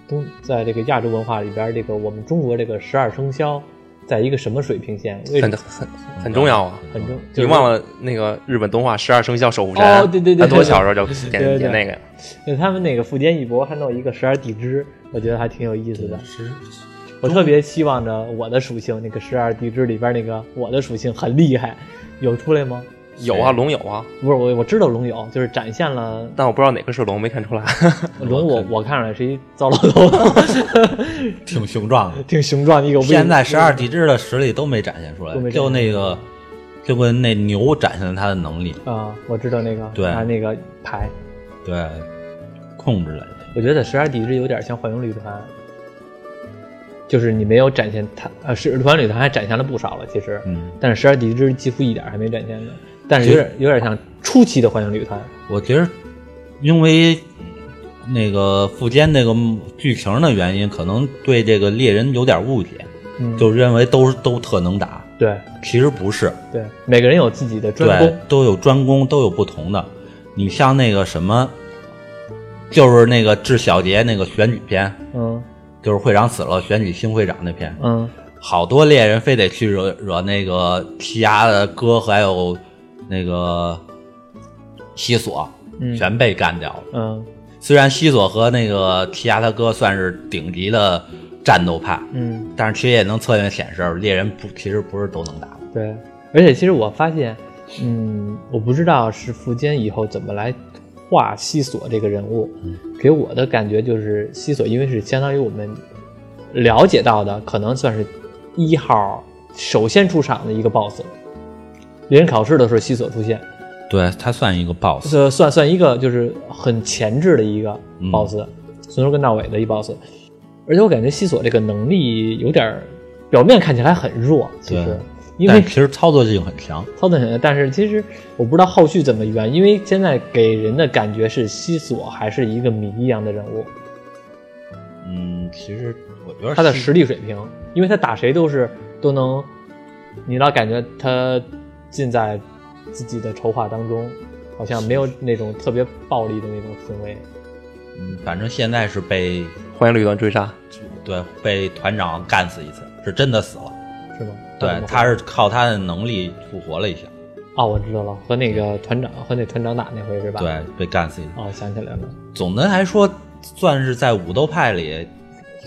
S1: 东，在这个亚洲文化里边，这个我们中国这个十二生肖，在一个什么水平线？为什
S2: 很
S1: 么
S2: 很很重要啊。
S1: 很重？就
S2: 你
S1: 是
S2: 忘了那个日本动画《十二生肖守护神》？
S1: 哦对对对
S2: 他多小时候就演
S1: 对对
S2: 演那个。
S1: 对他们那个富坚义博还弄一个十二地支，我觉得还挺有意思的。
S3: 是
S1: 我特别期望着我的属性那个十二地支里边那个我的属性很厉害，有出来吗？
S2: 有啊，龙有啊，
S1: 不是我我知道龙有，就是展现了
S2: 但我不知道哪个是龙，没看出来。
S1: 龙我我看出来是一糟老头，
S3: 挺雄壮的。
S1: 挺雄壮的一个威。
S3: 现在十二地支的实力都没展现出
S1: 都
S3: 来，
S1: 没展现
S3: 就那个，就跟那牛展现了他的能力，
S1: 啊，我知道那个
S3: 对
S1: 他那个牌，
S3: 对，控制类的。
S1: 我觉得十二地支有点像幻影旅团，就是你没有展现它，呃，是幻影旅团还展现了不少了，其实，
S3: 嗯，
S1: 但是十二地支几乎一点还没展现呢，但是有点有点像初期的幻影旅团，
S3: 我觉得，因为那个富坚那个剧情的原因，可能对这个猎人有点误解，
S1: 嗯
S3: 就认为都是都特能打，
S1: 对
S3: 其实不是，
S1: 对，每个人有自己的专
S3: 对
S1: 攻，，
S3: 都有专攻，都有不同的。你像那个什么，就是那个治小杰那个选举篇，
S1: 嗯
S3: 就是会长死了选举新会长那篇，
S1: 嗯
S3: 好多猎人非得去惹惹那个奇亚的哥，还有那个西索，
S1: 嗯
S3: 全被干掉了。
S1: 嗯
S3: 虽然西索和那个奇亚他哥算是顶级的战斗派，
S1: 嗯，
S3: 但是其实也能侧面显示猎人不其实不是都能打。
S1: 对。而且其实我发现，嗯，我不知道是富坚以后怎么来画西索这个人物，
S3: 嗯
S1: 给我的感觉就是西索，因为是相当于我们了解到的，可能算是一号首先出场的一个 BOSS。别人考试的时候，西索出现，呃
S3: 对他算一个 BOSS，
S1: 算算算一个就是很前置的一个
S3: 嗯
S1: boss，、从头跟到尾的一 boss。而且我感觉西索这个能力有点儿表面看起来很弱，其实
S3: 对
S1: 因
S3: 但
S1: 为
S3: 其实操作性很强。
S1: 操作很，但是其实我不知道后续怎么圆，因为现在给人的感觉是西索还是一个谜一样的人物，
S3: 嗯，其实我觉得
S1: 他的
S3: 西
S1: 实力水平，因为他打谁都是都能，你老感觉他尽在自己的筹划当中，好像没有那种特别暴力的那种行为。
S3: 嗯反正现在是被
S2: 欢迎绿灯追杀，
S3: 对被团长干死一次，是真的死了。
S1: 是吗？啊
S3: 对，他是靠他的能力复活了一下，
S1: 哦，我知道了，和那个团长和那团长打那回是吧？。
S3: 对，被干死一次。
S1: 哦，想起来了。
S3: 总的来说，算是在武斗派里，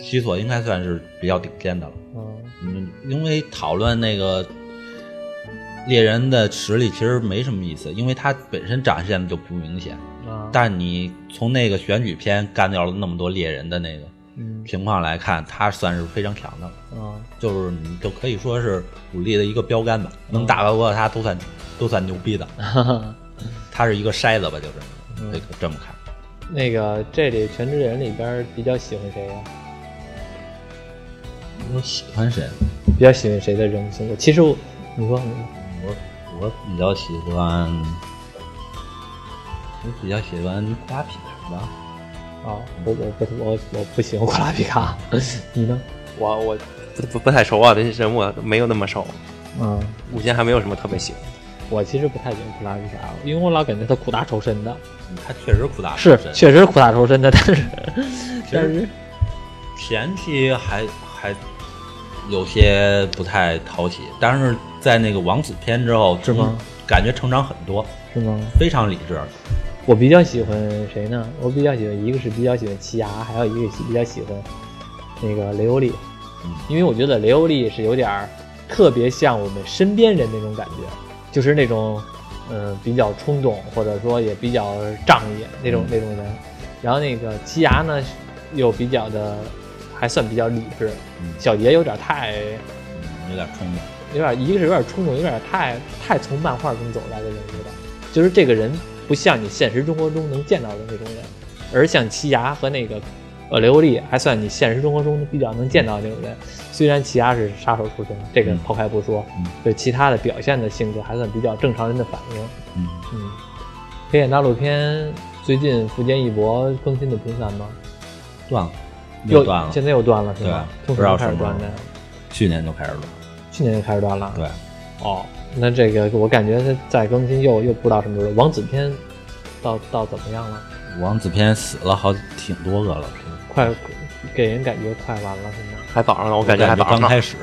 S3: 西索应该算是比较顶尖的了。
S1: 嗯
S3: 嗯，因为讨论那个猎人的实力其实没什么意思，因为他本身展现的就不明显。
S1: 啊，
S3: 但你从那个选举篇干掉了那么多猎人的那个
S1: 嗯
S3: 情况来看，他算是非常强的了，
S1: 啊，
S3: 就是你就可以说是武力的一个标杆吧，能打得过他都算都算牛逼的，
S1: 哈哈
S3: 他是一个筛子吧，
S1: 嗯
S3: 就是这个这么看。
S1: 那个这里《全职猎人》里边比较喜欢谁呀、
S3: 我喜欢谁？
S1: 比较喜欢谁的人物性格？其实我，你说，
S3: 我我比较喜欢，我比较喜欢尼古拉皮卡吧。
S1: 啊，我我不我我不喜欢库拉皮卡， 你呢？
S2: 我我不不不太熟啊，这人物没有那么熟，
S1: 嗯，
S2: 目前还没有什么特别喜欢的。
S1: 我其实不太喜欢库拉皮卡，因为我老感觉他苦大仇深的，
S3: 嗯他确实苦大
S1: 是
S3: 仇深
S1: 确实是苦大仇深的，但是
S3: 其
S1: 但
S3: 实
S1: 是
S3: 前期还还有些不太讨喜，但是在那个王子篇之后，这
S1: 吗
S3: 感觉成长很多，
S1: 是吗？
S3: 非常理智。
S1: 我比较喜欢谁呢？我比较喜欢一个是比较喜欢奇牙，还有一个是比较喜欢那个雷欧利，
S3: 嗯
S1: 因为我觉得雷欧利是有点儿特别像我们身边人那种感觉，就是那种嗯、呃比较冲动，或者说也比较仗义那
S3: 嗯
S1: 种、那种人。然后那个奇牙呢，又比较的还算比较理智，
S3: 嗯
S1: 小杰有点太
S3: 嗯，有点冲动。
S1: 有点一个是有点冲动，有点太太从漫画中走来的人物了，就是这个人不像你现实生活中能见到的那种人，而像奇牙和那个呃雷欧利还算你现实生活中比较能见到的那种人。虽然奇牙是杀手出身，这个
S3: 嗯
S1: 抛开不说，
S3: 嗯
S1: 对其他的表现的性格还算比较正常人的反应。
S3: 嗯，
S1: 嗯，黑眼大陆篇最近福建一博更新的频繁吗？
S3: 断了，又断了
S1: 现。在又断了是吗？从
S3: 对不
S1: 什
S3: 知
S1: 么
S3: 道
S1: 开始
S3: 什么时
S1: 断
S3: 候
S1: 的？
S3: 去年就开始断。
S1: 去年就开始断了。
S3: 对，
S1: 哦，那这个我感觉它再更新又又不知道什么时候。王子篇到到怎么样了？
S3: 王子篇死了好挺多个了，
S1: 快给人感觉快完了是吗？
S2: 还早上呢，我感觉还早
S3: 刚
S2: 上呢。
S3: 开始。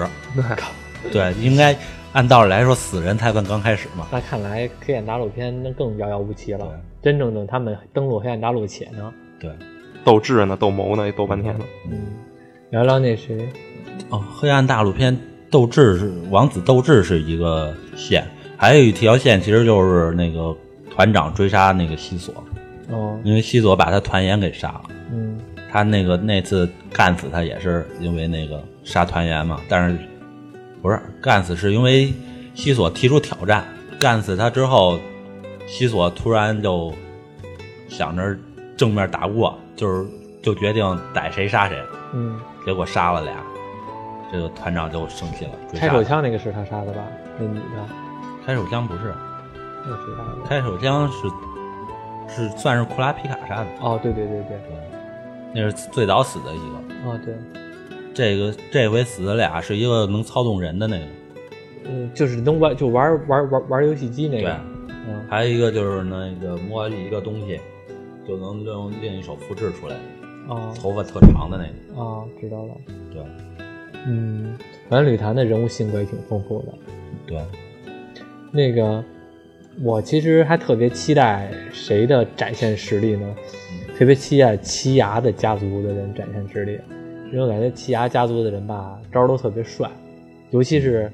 S3: 对，应该按道理来说，死人才算刚开始嘛。
S1: 那看来黑暗大陆篇那更遥遥无期了。真正的他们登陆黑暗大陆且呢，
S3: 对，
S2: 斗智呢，斗谋呢，斗半天了。
S1: 嗯，聊聊那谁，
S3: 哦，黑暗大陆篇斗志是王子斗志是一个线，还有一条线其实就是那个团长追杀那个西索，
S1: 哦，
S3: 因为西索把他团员给杀了。
S1: 嗯
S3: 他那个那次干死他也是因为那个杀团员嘛，但是不是干死是因为西索提出挑战，干死他之后，西索突然就想着正面打不过，就是就决定逮谁杀谁，
S1: 嗯，
S3: 结果杀了俩，这个团长就生气了，追杀
S1: 拆手枪那个是他杀的吧？那女的，
S3: 开手枪不是
S1: 那是他的。
S3: 开手枪是是算是库拉皮卡杀的，
S1: 哦，对对对对，
S3: 那是最早死的一个。
S1: 哦对，
S3: 这个这回死的俩是一个能操纵人的那个，
S1: 嗯，就是能玩就玩玩玩玩游戏机那
S3: 对，
S1: 个，嗯，
S3: 还有一个就是那个摸一个东西就能用另一手复制出来，
S1: 哦
S3: 头发特长的那个，
S1: 哦，知道了，
S3: 对
S1: 嗯，反正吕谭的人物性格也挺丰富的。
S3: 对，
S1: 那个，我其实还特别期待谁的展现实力呢？特别期待奇牙的家族的人展现实力，因为我感觉奇牙家族的人吧，招儿都特别帅，尤其是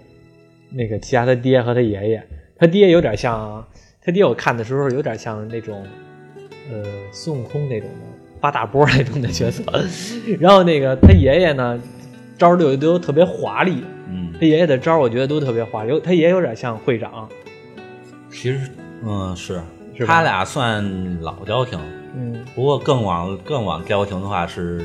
S1: 那个奇牙他爹和他爷爷，他爹有点像他爹，我看的时候有点像那种，呃，孙悟空那种的八大波儿那种的角色，然后那个他爷爷呢，招儿都有都特别华丽，
S3: 嗯，
S1: 他爷爷的招儿我觉得都特别华，有他爷爷有点像会长，
S3: 其实嗯是
S1: 是吧
S3: 他俩算老交情，
S1: 嗯，
S3: 不过更往更往交情的话是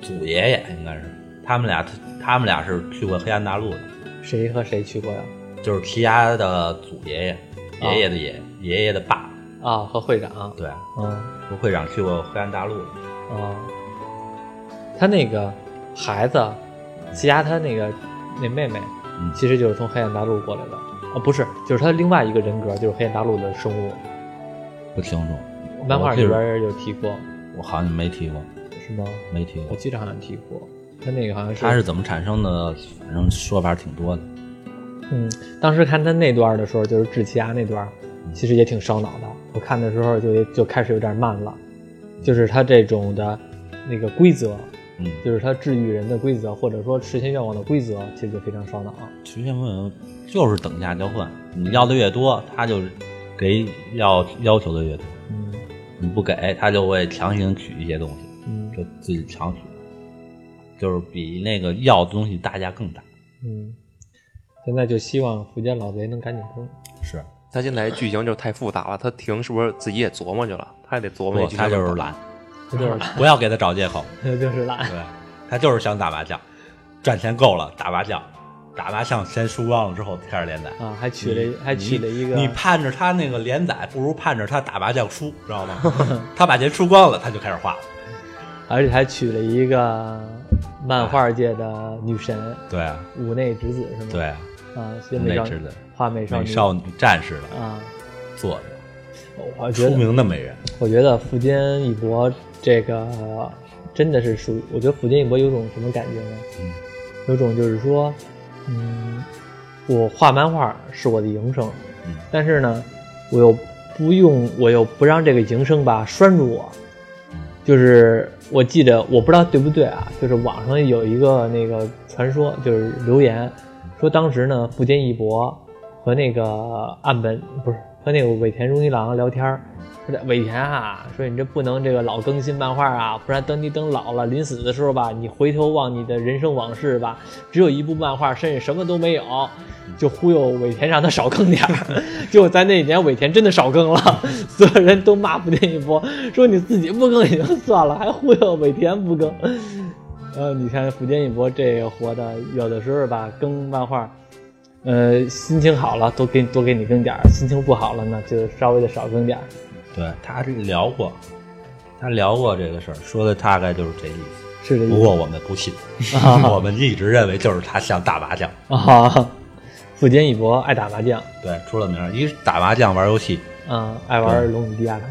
S3: 祖爷爷应该是，他们俩他们俩是去过黑暗大陆的，
S1: 谁和谁去过呀？
S3: 就是奇亚的祖爷爷，爷爷的爷、爷爷的爸，
S1: 啊，和会长，
S3: 对，
S1: 嗯
S3: 和会长去过黑暗大陆的，
S1: 啊，他那个孩子，吉亚他那个那妹妹，
S3: 嗯，
S1: 其实就是从黑暗大陆过来的，啊，不是，就是他另外一个人格，就是黑暗大陆的生物，
S3: 不清楚，
S1: 漫画里
S3: 我记
S1: 边有提过，
S3: 我好像没提过，
S1: 是吗？
S3: 没提
S1: 我
S3: 过，
S1: 记得好像提过，他那个好像是，
S3: 他是怎么产生的？反正说法挺多的，
S1: 嗯，当时看他那段的时候，就是治奇亚那段，其实也挺烧脑的。我看的时候就就开始有点慢了，就是他这种的那个规则，
S3: 嗯，
S1: 就是他治愈人的规则，或者说实现愿望的规则，其实就非常烧脑。
S3: 曲线问就是等价交换，你要的越多，他就给要要求的越多，
S1: 嗯
S3: 你不给他就会强行取一些东西。
S1: 嗯
S3: 就自己强取，就是比那个要的东西代价更大。
S1: 嗯，现在就希望福建老贼能赶紧更。
S3: 是，
S2: 他现在剧情就太复杂了，他停是不是自己也琢磨去了？他也得琢磨
S3: 不，
S2: 一下。
S3: 他就是懒，
S1: 他 就是
S3: 不要给他找借口。
S1: 他就是懒，
S3: 对，他就是想打麻将，赚钱够了打麻将，打麻将先输光了之后开始连载。
S1: 啊，还取了还取了一个
S3: 你盼着他那个连载，不如盼着他打麻将输，知道吗？他把钱输光了，他就开始画。
S1: 而且还娶了一个漫画界的女神
S3: 对啊，
S1: 五内直子是吗？
S3: 对啊，
S1: 啊，新美少
S3: 五内之子
S1: 画美少
S3: 美
S1: 女
S3: 少女战士的
S1: 啊，
S3: 作者，
S1: 我觉
S3: 出
S1: 得
S3: 名的美人。
S1: 我觉得富坚义博这个真的是属于，我觉得富坚义博有种什么感觉呢？
S3: 嗯
S1: 有种就是说，嗯，我画漫画是我的营生，
S3: 嗯
S1: 但是呢，我又不用，我又不让这个营生吧拴住我。就是我记得，我不知道对不对啊，就是网上有一个那个传说，就是留言说当时呢，富坚义博和那个岸本不是和那个尾田荣一郎聊天儿。说尾田啊，说你这不能这个老更新漫画啊，不然等你等老了临死的时候吧，你回头望你的人生往事吧，只有一部漫画，甚至什么都没有，就忽悠尾田让他少更点儿。 结果在那一年，尾田真的少更了， 所有人都骂不田一波，说你自己不更也就算了，还忽悠尾田不更。呃，你看福建一博这个活的，有的时候吧，更漫画，呃，心情好了多给你多给你更点儿，心情不好了呢，就稍微的少更点儿。
S3: 对他聊过，他聊过这个事儿，说的大概就是这意思。
S1: 是这意
S3: 不
S1: 思
S3: 过我们不 信，我们一直认为就是他像打麻将，
S1: 啊。富坚义博爱打麻将，
S3: 对，出了名儿，一是打麻将玩游戏，
S1: 嗯，爱玩龙与地下城，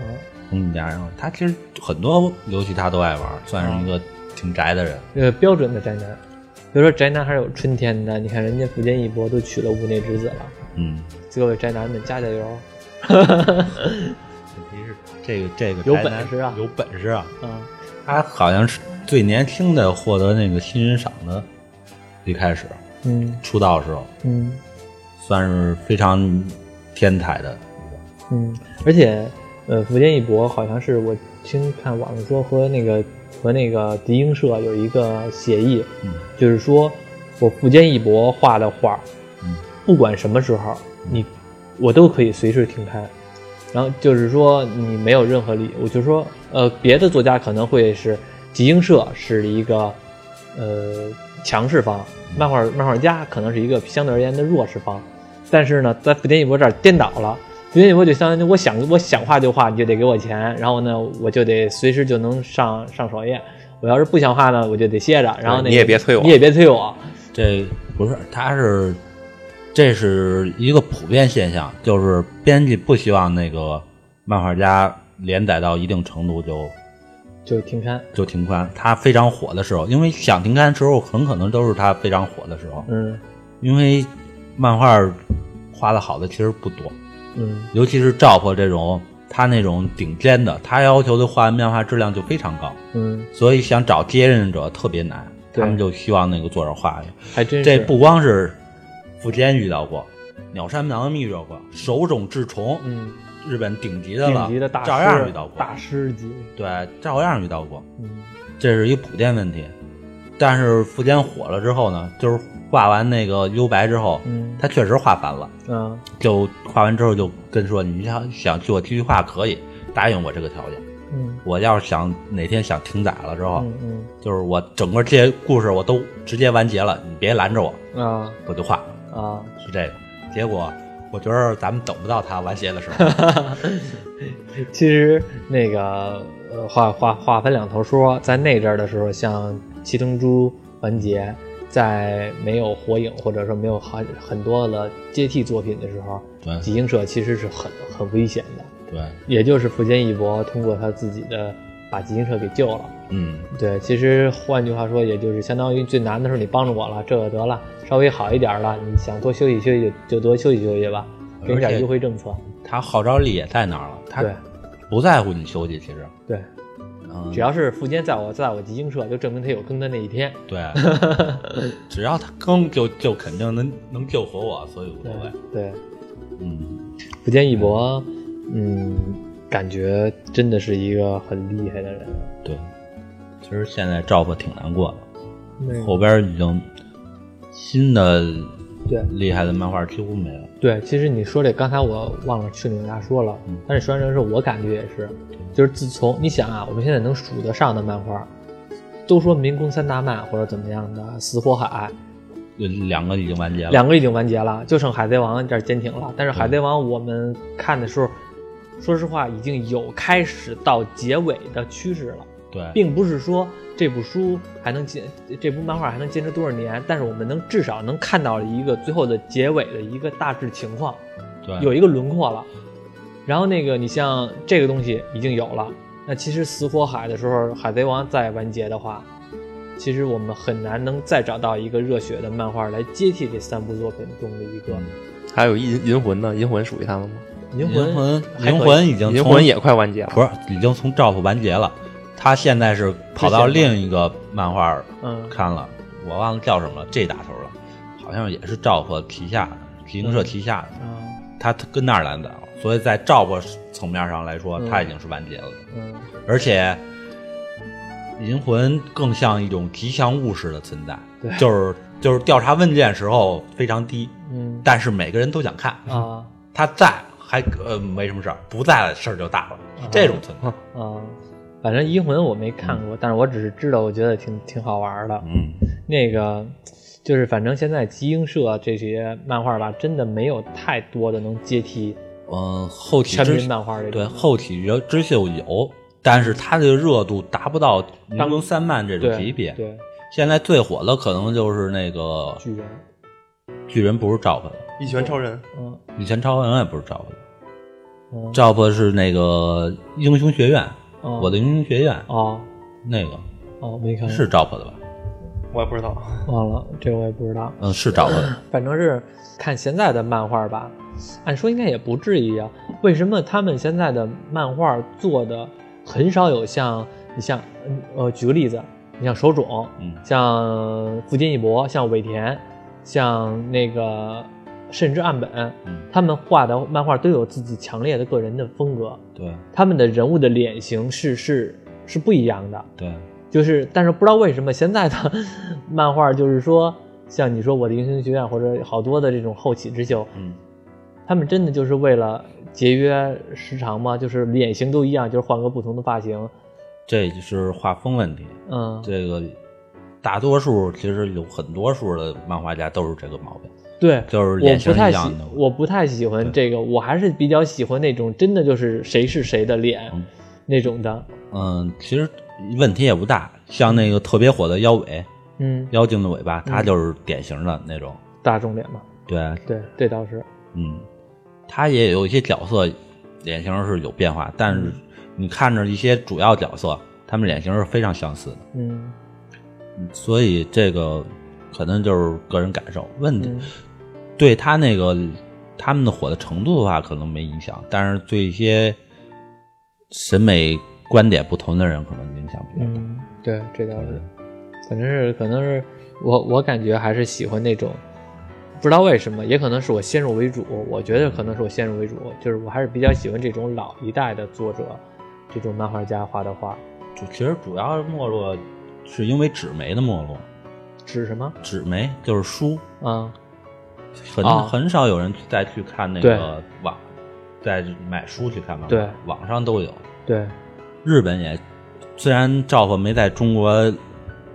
S3: 嗯，然后他其实很多游戏他都爱玩，算是一个挺宅的人。
S1: 呃，标准的宅男。比如说宅男还是有春天的，你看人家福建一博都娶了五内之子了，
S3: 嗯，
S1: 各位宅男们加加油。
S3: 问题是这个这个
S1: 有
S3: 宅男
S1: 本事啊
S3: 有本事啊！
S1: 啊，
S3: 他好像是最年轻的获得那个新人赏的，一开始
S1: 嗯
S3: 出道的时候
S1: 嗯
S3: 算是非常天才的一个。
S1: 嗯，而且呃，福建一博好像是我听看网上说和那个和那个迪英社有一个协议，
S3: 嗯
S1: 就是说我福建一博画的画，
S3: 嗯，
S1: 不管什么时候，你我都可以随时停刊。然后就是说你没有任何理，我就说呃，别的作家可能会是集英社是一个呃强势方，漫画漫画家可能是一个相对而言的弱势方，但是呢，在福田一博这儿颠倒了，因为我就相当于我想我想画就画，你就得给我钱，然后呢，我就得随时就能上上首页。我要是不想画呢，我就得歇着，然后那个
S2: 你也别推我
S1: 你也别推我。
S3: 这不是，他是这是一个普遍现象，就是编辑不希望那个漫画家连载到一定程度就
S1: 就停刊，
S3: 就停刊。他非常火的时候，因为想停刊的时候，很可能都是他非常火的时候，
S1: 嗯
S3: 因为漫画画的好的其实不多，
S1: 嗯
S3: 尤其是赵婆这种。他那种顶尖的，他要求的画漫画质量就非常高，
S1: 嗯，
S3: 所以想找接任者特别难。
S1: 对
S3: 他们就希望那个作者画的。
S1: 还真是
S3: 这不光是富坚遇到过，鸟山明遇到过，手冢治虫，
S1: 嗯
S3: 日本顶级的
S1: 顶
S3: 了，
S1: 级的大师
S3: 照样遇到过，
S1: 大师级，
S3: 对，照样遇到过，
S1: 嗯
S3: 这是一普遍问题。但是富坚火了之后呢，就是画完那个幽白之后，
S1: 嗯
S3: 他确实画烦了，
S1: 嗯
S3: 就画完之后就跟说，你要想替我继续画可以，答应我这个条件。
S1: 嗯
S3: 我要是想哪天想停载了之后，
S1: 嗯
S3: 就是我整个这些故事我都直接完结了，你别拦着我，
S1: 嗯啊
S3: 我就画。
S1: 啊，
S3: 是这个。嗯结果我觉得咱们等不到他完结的时 候，
S1: 其实那个呃，话话话分两头说，在那阵儿的时候，像《七龙珠》完结，在没有火影或者说没有很很多的接替作品的时候，
S3: 对
S1: 集英社其实是很很危险的。
S3: 对，
S1: 也就是福建一博通过他自己的把集英社给救了。
S3: 嗯，
S1: 对，其实换句话说，也就是相当于最难的时候你帮着我了，这个得了，稍微好一点儿了，你想多休息休息就多休息休息吧，给你点儿
S3: 而且
S1: 优惠政策。
S3: 他号召力也在那儿了，他
S1: 对
S3: 不在乎你休息，其实，
S1: 对，
S3: 嗯，
S1: 只要是福建在我在我集英社，就证明他有更的那一天。
S3: 对，只要他更就就肯定能能救活我，所以无所谓，
S1: 对，
S3: 嗯，
S1: 福建一博，嗯，感觉真的是一个很厉害的人。
S3: 对。其实现在赵普挺难过的，
S1: 那
S3: 后边已经新的
S1: 对
S3: 厉害的漫画几乎没了，
S1: 对，其实你说这，刚才我忘了去你们家说了，
S3: 嗯
S1: 但是说完这事，我感觉也是，就是自从你想啊，我们现在能数得上的漫画，都说民工三大漫或者怎么样的，死火海，
S3: 有两个已经完结了，
S1: 两个已经完结了，就剩海贼王这儿坚挺了。但是海贼王我们看的时候，说实话已经有开始到结尾的趋势了。
S3: 对，
S1: 并不是说这部书还能坚，这部漫画还能坚持多少年，但是我们能至少能看到一个最后的结尾的一个大致情况，
S3: 对
S1: 有一个轮廓了。然后那个你像这个东西已经有了，那其实死火海的时候，海贼王再完结的话，其实我们很难能再找到一个热血的漫画来接替这三部作品中的一
S3: 嗯
S1: 个
S2: 还有银银魂呢，银魂属于他们吗？
S1: 银
S3: 银魂，
S1: 还可以
S3: 银魂已经
S2: 银
S3: 从
S2: 魂也快完结了，
S3: 不是，已经从赵普完结了，他现在是跑到
S1: 之前
S3: 另一个漫画儿
S1: 嗯
S3: 看了，我忘了叫什么了，G 打头了，好像也是赵普旗下的，集英社旗下的，
S1: 啊
S3: 他跟那儿来的，所以在赵普层面上来说，
S1: 嗯
S3: 他已经是完结了的，
S1: 嗯
S3: 而且。银魂更像一种吉祥物式的存在，
S1: 对
S3: 就是就是调查问卷时候非常低，
S1: 嗯
S3: 但是每个人都想看。
S1: 啊
S3: 他在还呃没什么事儿，不在了事儿就大了，
S1: 嗯
S3: 是这种存在。
S1: 啊，反正银魂我没看过，但是我只是知道，我觉得挺挺好玩的。
S3: 嗯，
S1: 那个就是反正现在集英社这些漫画吧，真的没有太多的能接替
S3: 嗯，后起
S1: 全
S3: 之
S1: 民漫画这
S3: 对
S1: 种。
S3: 后起之之秀有，但是它的热度达不到民
S1: 当
S3: 工三漫这种级别。
S1: 嗯对，
S3: 现在最火的可能就是那个
S1: 巨人，
S3: 巨人，不是赵本，
S2: 一拳超人，
S1: 嗯
S3: 以前超人也不是赵本，
S1: 嗯，
S3: 赵本是那个英雄学院，
S1: 哦
S3: 我的英雄学院、
S1: 哦
S3: 那个
S1: 哦没看过
S3: 是赵本的吧？
S2: 我也不知道。
S1: 忘了，这我也不知道。
S3: 嗯，是赵 本的。
S1: 反正是看现在的漫画吧，按说应该也不至于啊。为什么他们现在的漫画做的很少有像你像嗯呃，举个例子，你像手冢，
S3: 嗯
S1: 像富坚义博，像尾田，像那个甚至岸本，
S3: 嗯，
S1: 他们画的漫画都有自己强烈的个人的风格，
S3: 对
S1: 他们的人物的脸型是是是不一样的。
S3: 对，
S1: 就是，但是不知道为什么现在的 漫画就是说，像你说我的英雄学院或者好多的这种后起之秀，
S3: 嗯，
S1: 他们真的就是为了节约时长嘛，就是脸型都一样，就是换个不同的发型，
S3: 这就是画风问题。
S1: 嗯，
S3: 这个大多数其实有很多数的漫画家都是这个毛病，
S1: 对，
S3: 就是
S1: 我
S3: 脸型
S1: 不太
S3: 一
S1: 喜
S3: 样的，
S1: 我不太喜欢这个，我还是比较喜欢那种真的就是谁是谁的脸、
S3: 嗯
S1: 那种的。
S3: 嗯，其实问题也不大。像那个特别火的腰尾、
S1: 嗯，
S3: 妖精的尾巴，它就是典型的那种。
S1: 大众脸嘛，
S3: 对，
S1: 对，这倒是。
S3: 嗯，它也有一些角色脸型是有变化，但
S1: 嗯
S3: 是你看着一些主要角色，他们脸型是非常相似的。
S1: 嗯
S3: 所以这个可能就是个人感受。问题、
S1: 嗯
S3: 对他那个他们的火的程度的话，可能没影响，但是对一些审美观点不同的人，可能影响比较大。
S1: 嗯，对，这倒是。反正是可能是我我感觉还是喜欢那种，不知道为什么，也可能是我先入为主，我觉得可能是我先入为主，就是我还是比较喜欢这种老一代的作者，这种漫画家画的画。
S3: 主其实主要没落是因为纸媒的没落，
S1: 指什么？
S3: 纸媒就是书，
S1: 啊、
S3: 很、
S1: 哦
S3: 很少有人再去看那个网，再买书去看漫画，
S1: 对
S3: 网上都有。
S1: 对，
S3: 日本也虽然赵本没在中国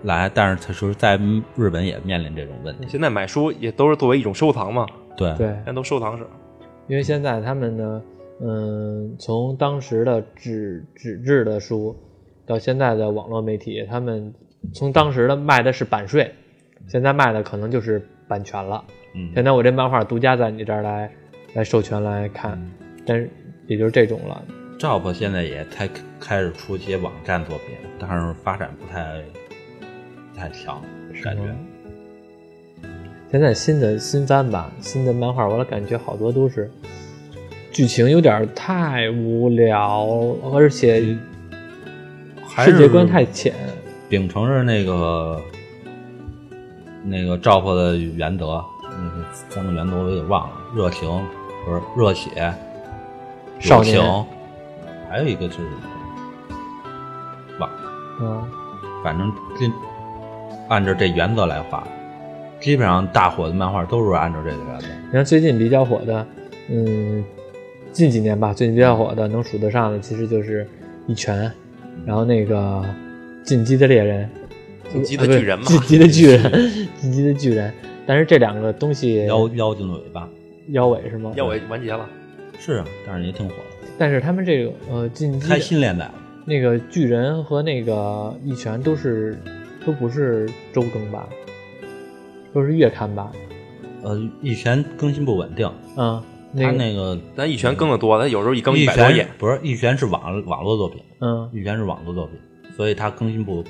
S3: 来，但是他说在日本也面临这种问题。
S2: 现在买书也都是作为一种收藏嘛，
S3: 对
S1: 对，
S2: 现在都收藏者。
S1: 因为现在他们呢，嗯，从当时的纸纸质的书，到现在的网络媒体，他们从当时的卖的是版税，现在卖的可能就是版权了。
S3: 嗯
S1: 现在我这漫画独家在你这儿来来授权来看，
S3: 嗯
S1: 但是也就是这种了。
S3: ，Jop 现在也开开始出一些网站作品，但是发展不太不太强，感觉
S1: 吗嗯现在新的新番吧，新的漫画，我感觉好多都是剧情有点太无聊，而且
S3: 哦还
S1: 世界观太浅。
S3: 秉承着那个那个 Jop 的原则，那个三个原则我也忘了，热情不是热血，
S1: 少
S3: 友
S1: 年
S3: 情，还有一个是网
S1: 嗯，
S3: 反正这按照这原则来画，基本上大火的漫画都是按照这个原则。
S1: 你看最近比较火的，嗯，近几年吧，最近比较火的能数得上的，其实就是一拳，然后那个进击的猎人，
S2: 进击的
S1: 呃不是
S2: 巨人嘛
S1: 进击的巨人，进击的巨人。但是这两个东西
S3: 妖妖精的尾巴
S1: 腰尾是吗？嗯
S2: 要我完结了，
S3: 是啊，但是也挺火的，
S1: 但是他们这个呃进击
S3: 开
S1: 的
S3: 新连载了。
S1: 那个巨人和那个一拳都是都不是周更吧，都是月刊吧？
S3: 呃，一拳更新不稳定，
S1: 嗯，那
S3: 他
S1: 个
S3: 那个
S2: 咱一拳更的多，他有时候一更
S3: 一
S2: 一百多
S3: 拳
S2: 页。
S3: 不是一拳是网网络作品，
S1: 嗯
S3: 一拳是网络作品，所以它更新不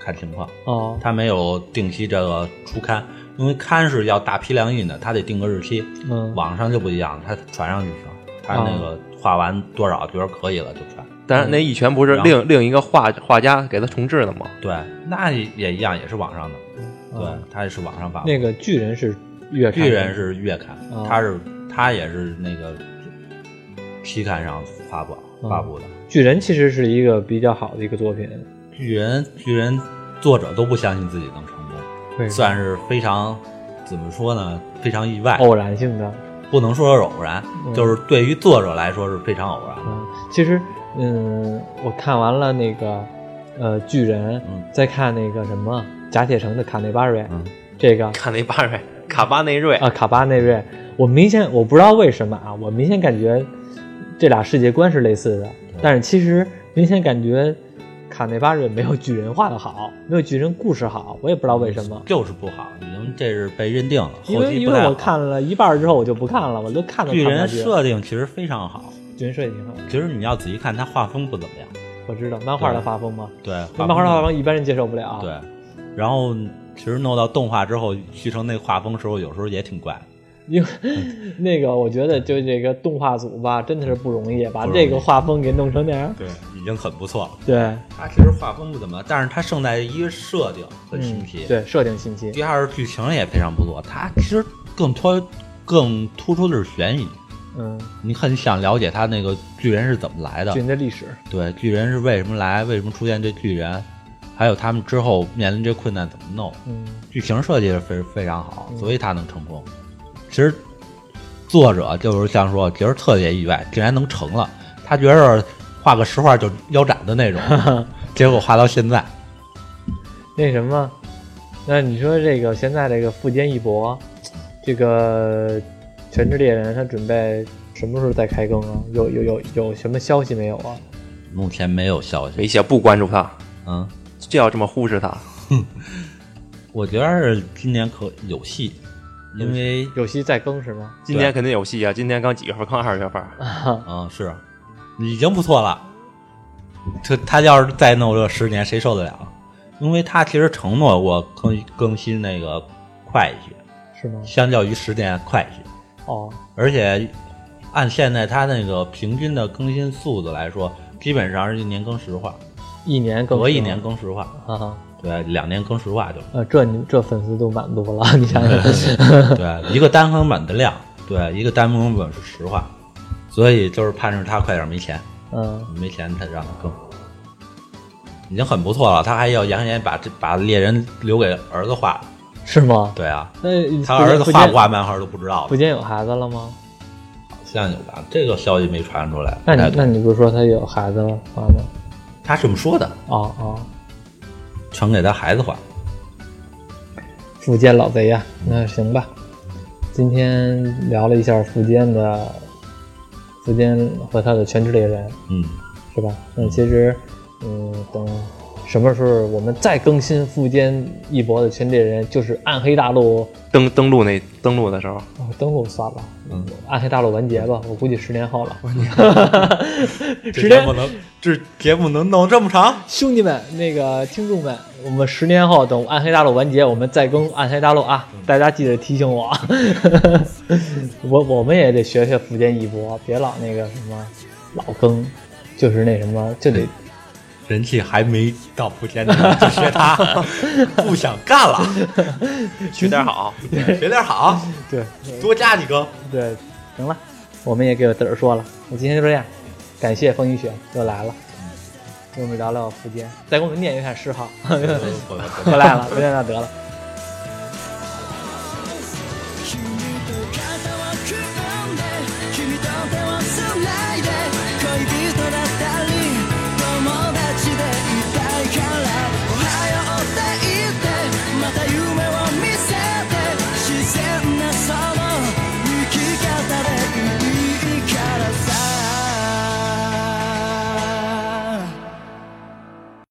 S3: 看情况，
S1: 哦
S3: 它没有定期这个出刊，因为刊是要大批量印的，它得定个日期。
S1: 嗯
S3: 网上就不一样，它传上去行，它那个画完多少觉得可以了就传。
S2: 但是那一拳不是
S3: 嗯然后
S2: 另另一个画画家给他重置的吗？
S3: 对，那也一样，也是网上的，对
S1: 嗯，
S3: 它也是网上发布。
S1: 那个巨人是月刊，
S3: 巨人是月刊
S1: 哦，
S3: 它是它也是那个期刊上发布
S1: 嗯
S3: 发布的。
S1: 巨人其实是一个比较好的一个作品，
S3: 巨人巨人作者都不相信自己能成功，
S1: 对
S3: 算是非常怎么说呢？非常意外，
S1: 偶然性的。
S3: 不能说是偶然，
S1: 嗯
S3: 就是对于作者来说是非常偶然的。
S1: 嗯，其实嗯，我看完了那个呃巨人，
S3: 嗯
S1: 再看那个什么甲铁城的卡内巴瑞，
S3: 嗯
S1: 这个
S2: 看那巴瑞卡巴内瑞，
S1: 啊，卡巴内瑞，我明显我不知道为什么啊，我明显感觉这俩世界观是类似的，
S3: 嗯
S1: 但是其实明显感觉卡内巴瑞没有巨人画的好，没有巨人故事好，我也不知道为什么。
S3: 就是不好，已经这是被认定了，
S1: 嗯因
S3: 嗯后
S1: 为
S3: 期
S1: 因
S3: 不
S1: 为
S3: 太
S1: 我
S3: 好。
S1: 看了一半儿之后我就不看了，我都看都看
S3: 巨
S1: 不下
S3: 人
S1: 去。
S3: 设定其实非常好，
S1: 巨人设计挺好，
S3: 其实你要仔细看，它画风不怎么样。
S1: 我知道漫画的画风嘛，
S3: 对，
S1: 漫画的画
S3: 风
S1: 风一般人接受不了。
S3: 对，然后其实弄到动画之后，续成那画风时候，有时候也挺怪。
S1: 因为那个我觉得就这个动画组吧，真的是不容易，把
S3: 不容易
S1: 这个画风给弄成那样。
S3: 对，已经很不错了。
S1: 对，
S3: 它其实画风不怎么，但是它胜在一个设定很新
S1: 嗯
S3: 奇，，
S1: 对，设定新奇。
S3: 第二是剧情也非常不错。它其实更突更突出的是悬疑，
S1: 嗯，
S3: 你很想了解他那个巨人是怎么来的
S1: 巨，人的历史。
S3: 对，巨人是为什么来，为什么出现这巨人，还有他们之后面临这困难怎么弄。
S1: 嗯
S3: 剧情设计是非非常好，所以他能成功。其实作者就是像说，其实特别意外，竟然能成了。他觉着画个十画就腰斩的那 种，结果画到现在，
S1: 那什么，那你说这个现在这个富坚义博，这个《全职猎人》它准备什么时候再开更啊？有有有有什么消息没有啊？
S3: 目前没有消息。
S2: 没想不关注他，
S3: 嗯，
S2: 就要这么忽视他。
S3: 我觉得今年可有戏，因为
S1: 有戏再更是吗？
S2: 今天肯定有戏啊！今天刚几月份？刚二月份。
S3: 啊、是已经不错了。他他要是再弄这十年，谁受得了？因为他其实承诺过更更新那个快一些，
S1: 是吗？
S3: 相较于十年快一些。
S1: 哦，
S3: 而且按现在它那个平均的更新速度来说，基本上是一年更十话，
S1: 一年更
S3: 隔一
S1: 新
S3: 年更十话，
S1: 啊哈，
S3: 对，两年更十话就是
S1: 呃，这你这粉丝都满足了，你想想，
S3: 嗯对一个单行本的量，对一个单行本是十话，所以就是盼着他快点没钱，
S1: 嗯，
S3: 没钱他让他更。已经很不错了，他还要扬言把这把猎人留给儿子画。
S1: 是吗？
S3: 对啊，
S1: 那
S3: 他
S1: 福
S3: 儿
S1: 建
S3: 子
S1: 福
S3: 画不
S1: 建
S3: 画漫画都不知道
S1: 福
S3: 了，
S1: 建有孩子了吗？
S3: 好像有吧？这个消息没传出来。
S1: 那你
S3: 哎
S1: 那你不是说他有孩子了花吗？
S3: 他这么说的，
S1: 哦哦，
S3: 全给他孩子画。
S1: 福建老贼呀，那行吧。今天聊了一下福建的福建和他的全职猎人，
S3: 嗯，
S1: 是吧？那其实，嗯，等什么时候我们再更新富坚义博的全职猎人，就是暗黑大陆、
S2: 登登录那登录的时候，
S1: 哦、登陆算了，
S3: 嗯，
S1: 暗黑大陆完结吧，我估计十年后了。
S3: 这
S1: 十年
S3: 节目能这节目能弄这么长？
S1: 兄弟们，那个听众们，我们十年后等《暗黑大陆》完结，我们再更《暗黑大陆》啊！
S3: 嗯
S1: 大家记得提醒我，我我们也得学学福建一博，别老那个什么老更，就是那什么就得
S3: 人气还没到莆田呢，就学他， 不想干了，
S2: 学点好。
S3: 学点好，
S1: 对
S3: 多加几个。
S1: 对，行了，我们也给我嘚儿说了，我今天就这样，感谢风雨雪又来了，
S3: 嗯
S1: 跟我们聊聊福建，再给我们念一下诗号， 不赖了，不念那得了。
S4: 君と肩を組んで